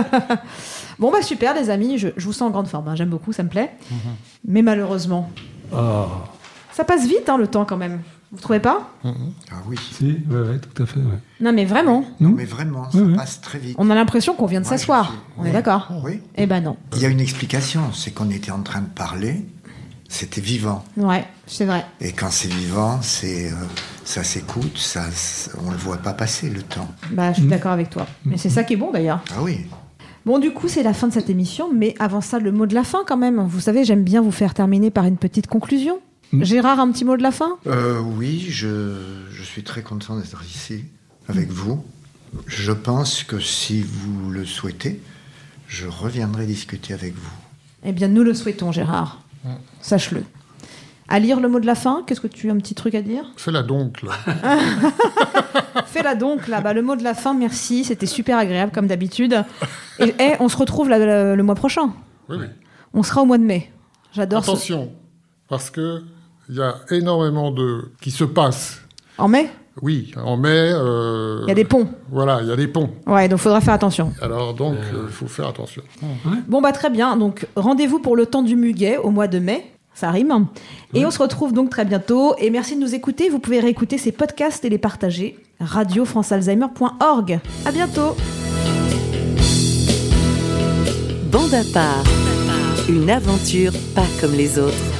[SPEAKER 2] bon, bah super, les amis. Je, je vous sens en grande forme. hein. J'aime beaucoup, ça me plaît.
[SPEAKER 3] Mm-hmm.
[SPEAKER 2] Mais malheureusement,
[SPEAKER 4] Ah,
[SPEAKER 2] ça passe vite, hein, le temps, quand même. Vous trouvez pas
[SPEAKER 3] Ah oui.
[SPEAKER 4] si, ouais, ouais, tout à fait. Ouais.
[SPEAKER 2] Non, mais vraiment.
[SPEAKER 4] Non
[SPEAKER 3] Mais vraiment,
[SPEAKER 4] Oui,
[SPEAKER 3] ça
[SPEAKER 4] oui.
[SPEAKER 3] passe très vite.
[SPEAKER 2] On a l'impression qu'on vient de
[SPEAKER 3] Ouais,
[SPEAKER 2] s'asseoir.
[SPEAKER 3] je suis-
[SPEAKER 2] On
[SPEAKER 3] ouais.
[SPEAKER 2] est d'accord
[SPEAKER 3] Oui.
[SPEAKER 2] Eh ben non.
[SPEAKER 3] Il y a une explication, c'est qu'on était en train de parler, c'était vivant.
[SPEAKER 2] Ouais, c'est vrai.
[SPEAKER 3] Et quand c'est vivant, c'est euh, ça s'écoute, ça, s- on le voit pas passer le temps.
[SPEAKER 2] Bah, je suis d'accord avec toi. Mais c'est ça qui est bon, d'ailleurs.
[SPEAKER 3] Ah oui.
[SPEAKER 2] Bon, du coup, c'est la fin de cette émission, mais avant ça, le mot de la fin quand même. Vous savez, j'aime bien vous faire terminer par une petite conclusion. Gérard, un petit mot de la fin
[SPEAKER 3] Euh, oui, je, je suis très content d'être ici avec vous. Je pense que si vous le souhaitez, je reviendrai discuter avec vous.
[SPEAKER 2] Eh bien, nous le souhaitons, Gérard. Sache-le. À lire le mot de la fin, qu'est-ce que tu as un petit truc à dire
[SPEAKER 5] Fais-la donc, là.
[SPEAKER 2] Fais-la donc là. Bah, le mot de la fin, merci. C'était super agréable comme d'habitude. Et eh, on se retrouve là, le, le mois prochain.
[SPEAKER 5] Oui, oui.
[SPEAKER 2] On sera au mois de mai. J'adore. ce-
[SPEAKER 5] Attention, parce que il y a énormément de qui se passe.
[SPEAKER 2] En mai,
[SPEAKER 5] Oui, en mai. euh,
[SPEAKER 2] il y a des ponts.
[SPEAKER 5] Voilà, il y a des ponts.
[SPEAKER 2] Ouais, donc faudra faire attention.
[SPEAKER 5] Alors donc, il faut faire attention.
[SPEAKER 2] Bon bah très bien, donc rendez-vous pour le temps du muguet au mois de mai, ça rime. Et on se retrouve donc très bientôt. Et merci de nous écouter, vous pouvez réécouter ces podcasts et les partager. radiofrancealzheimer.org. À bientôt
[SPEAKER 1] Bande à part, une aventure pas comme les autres.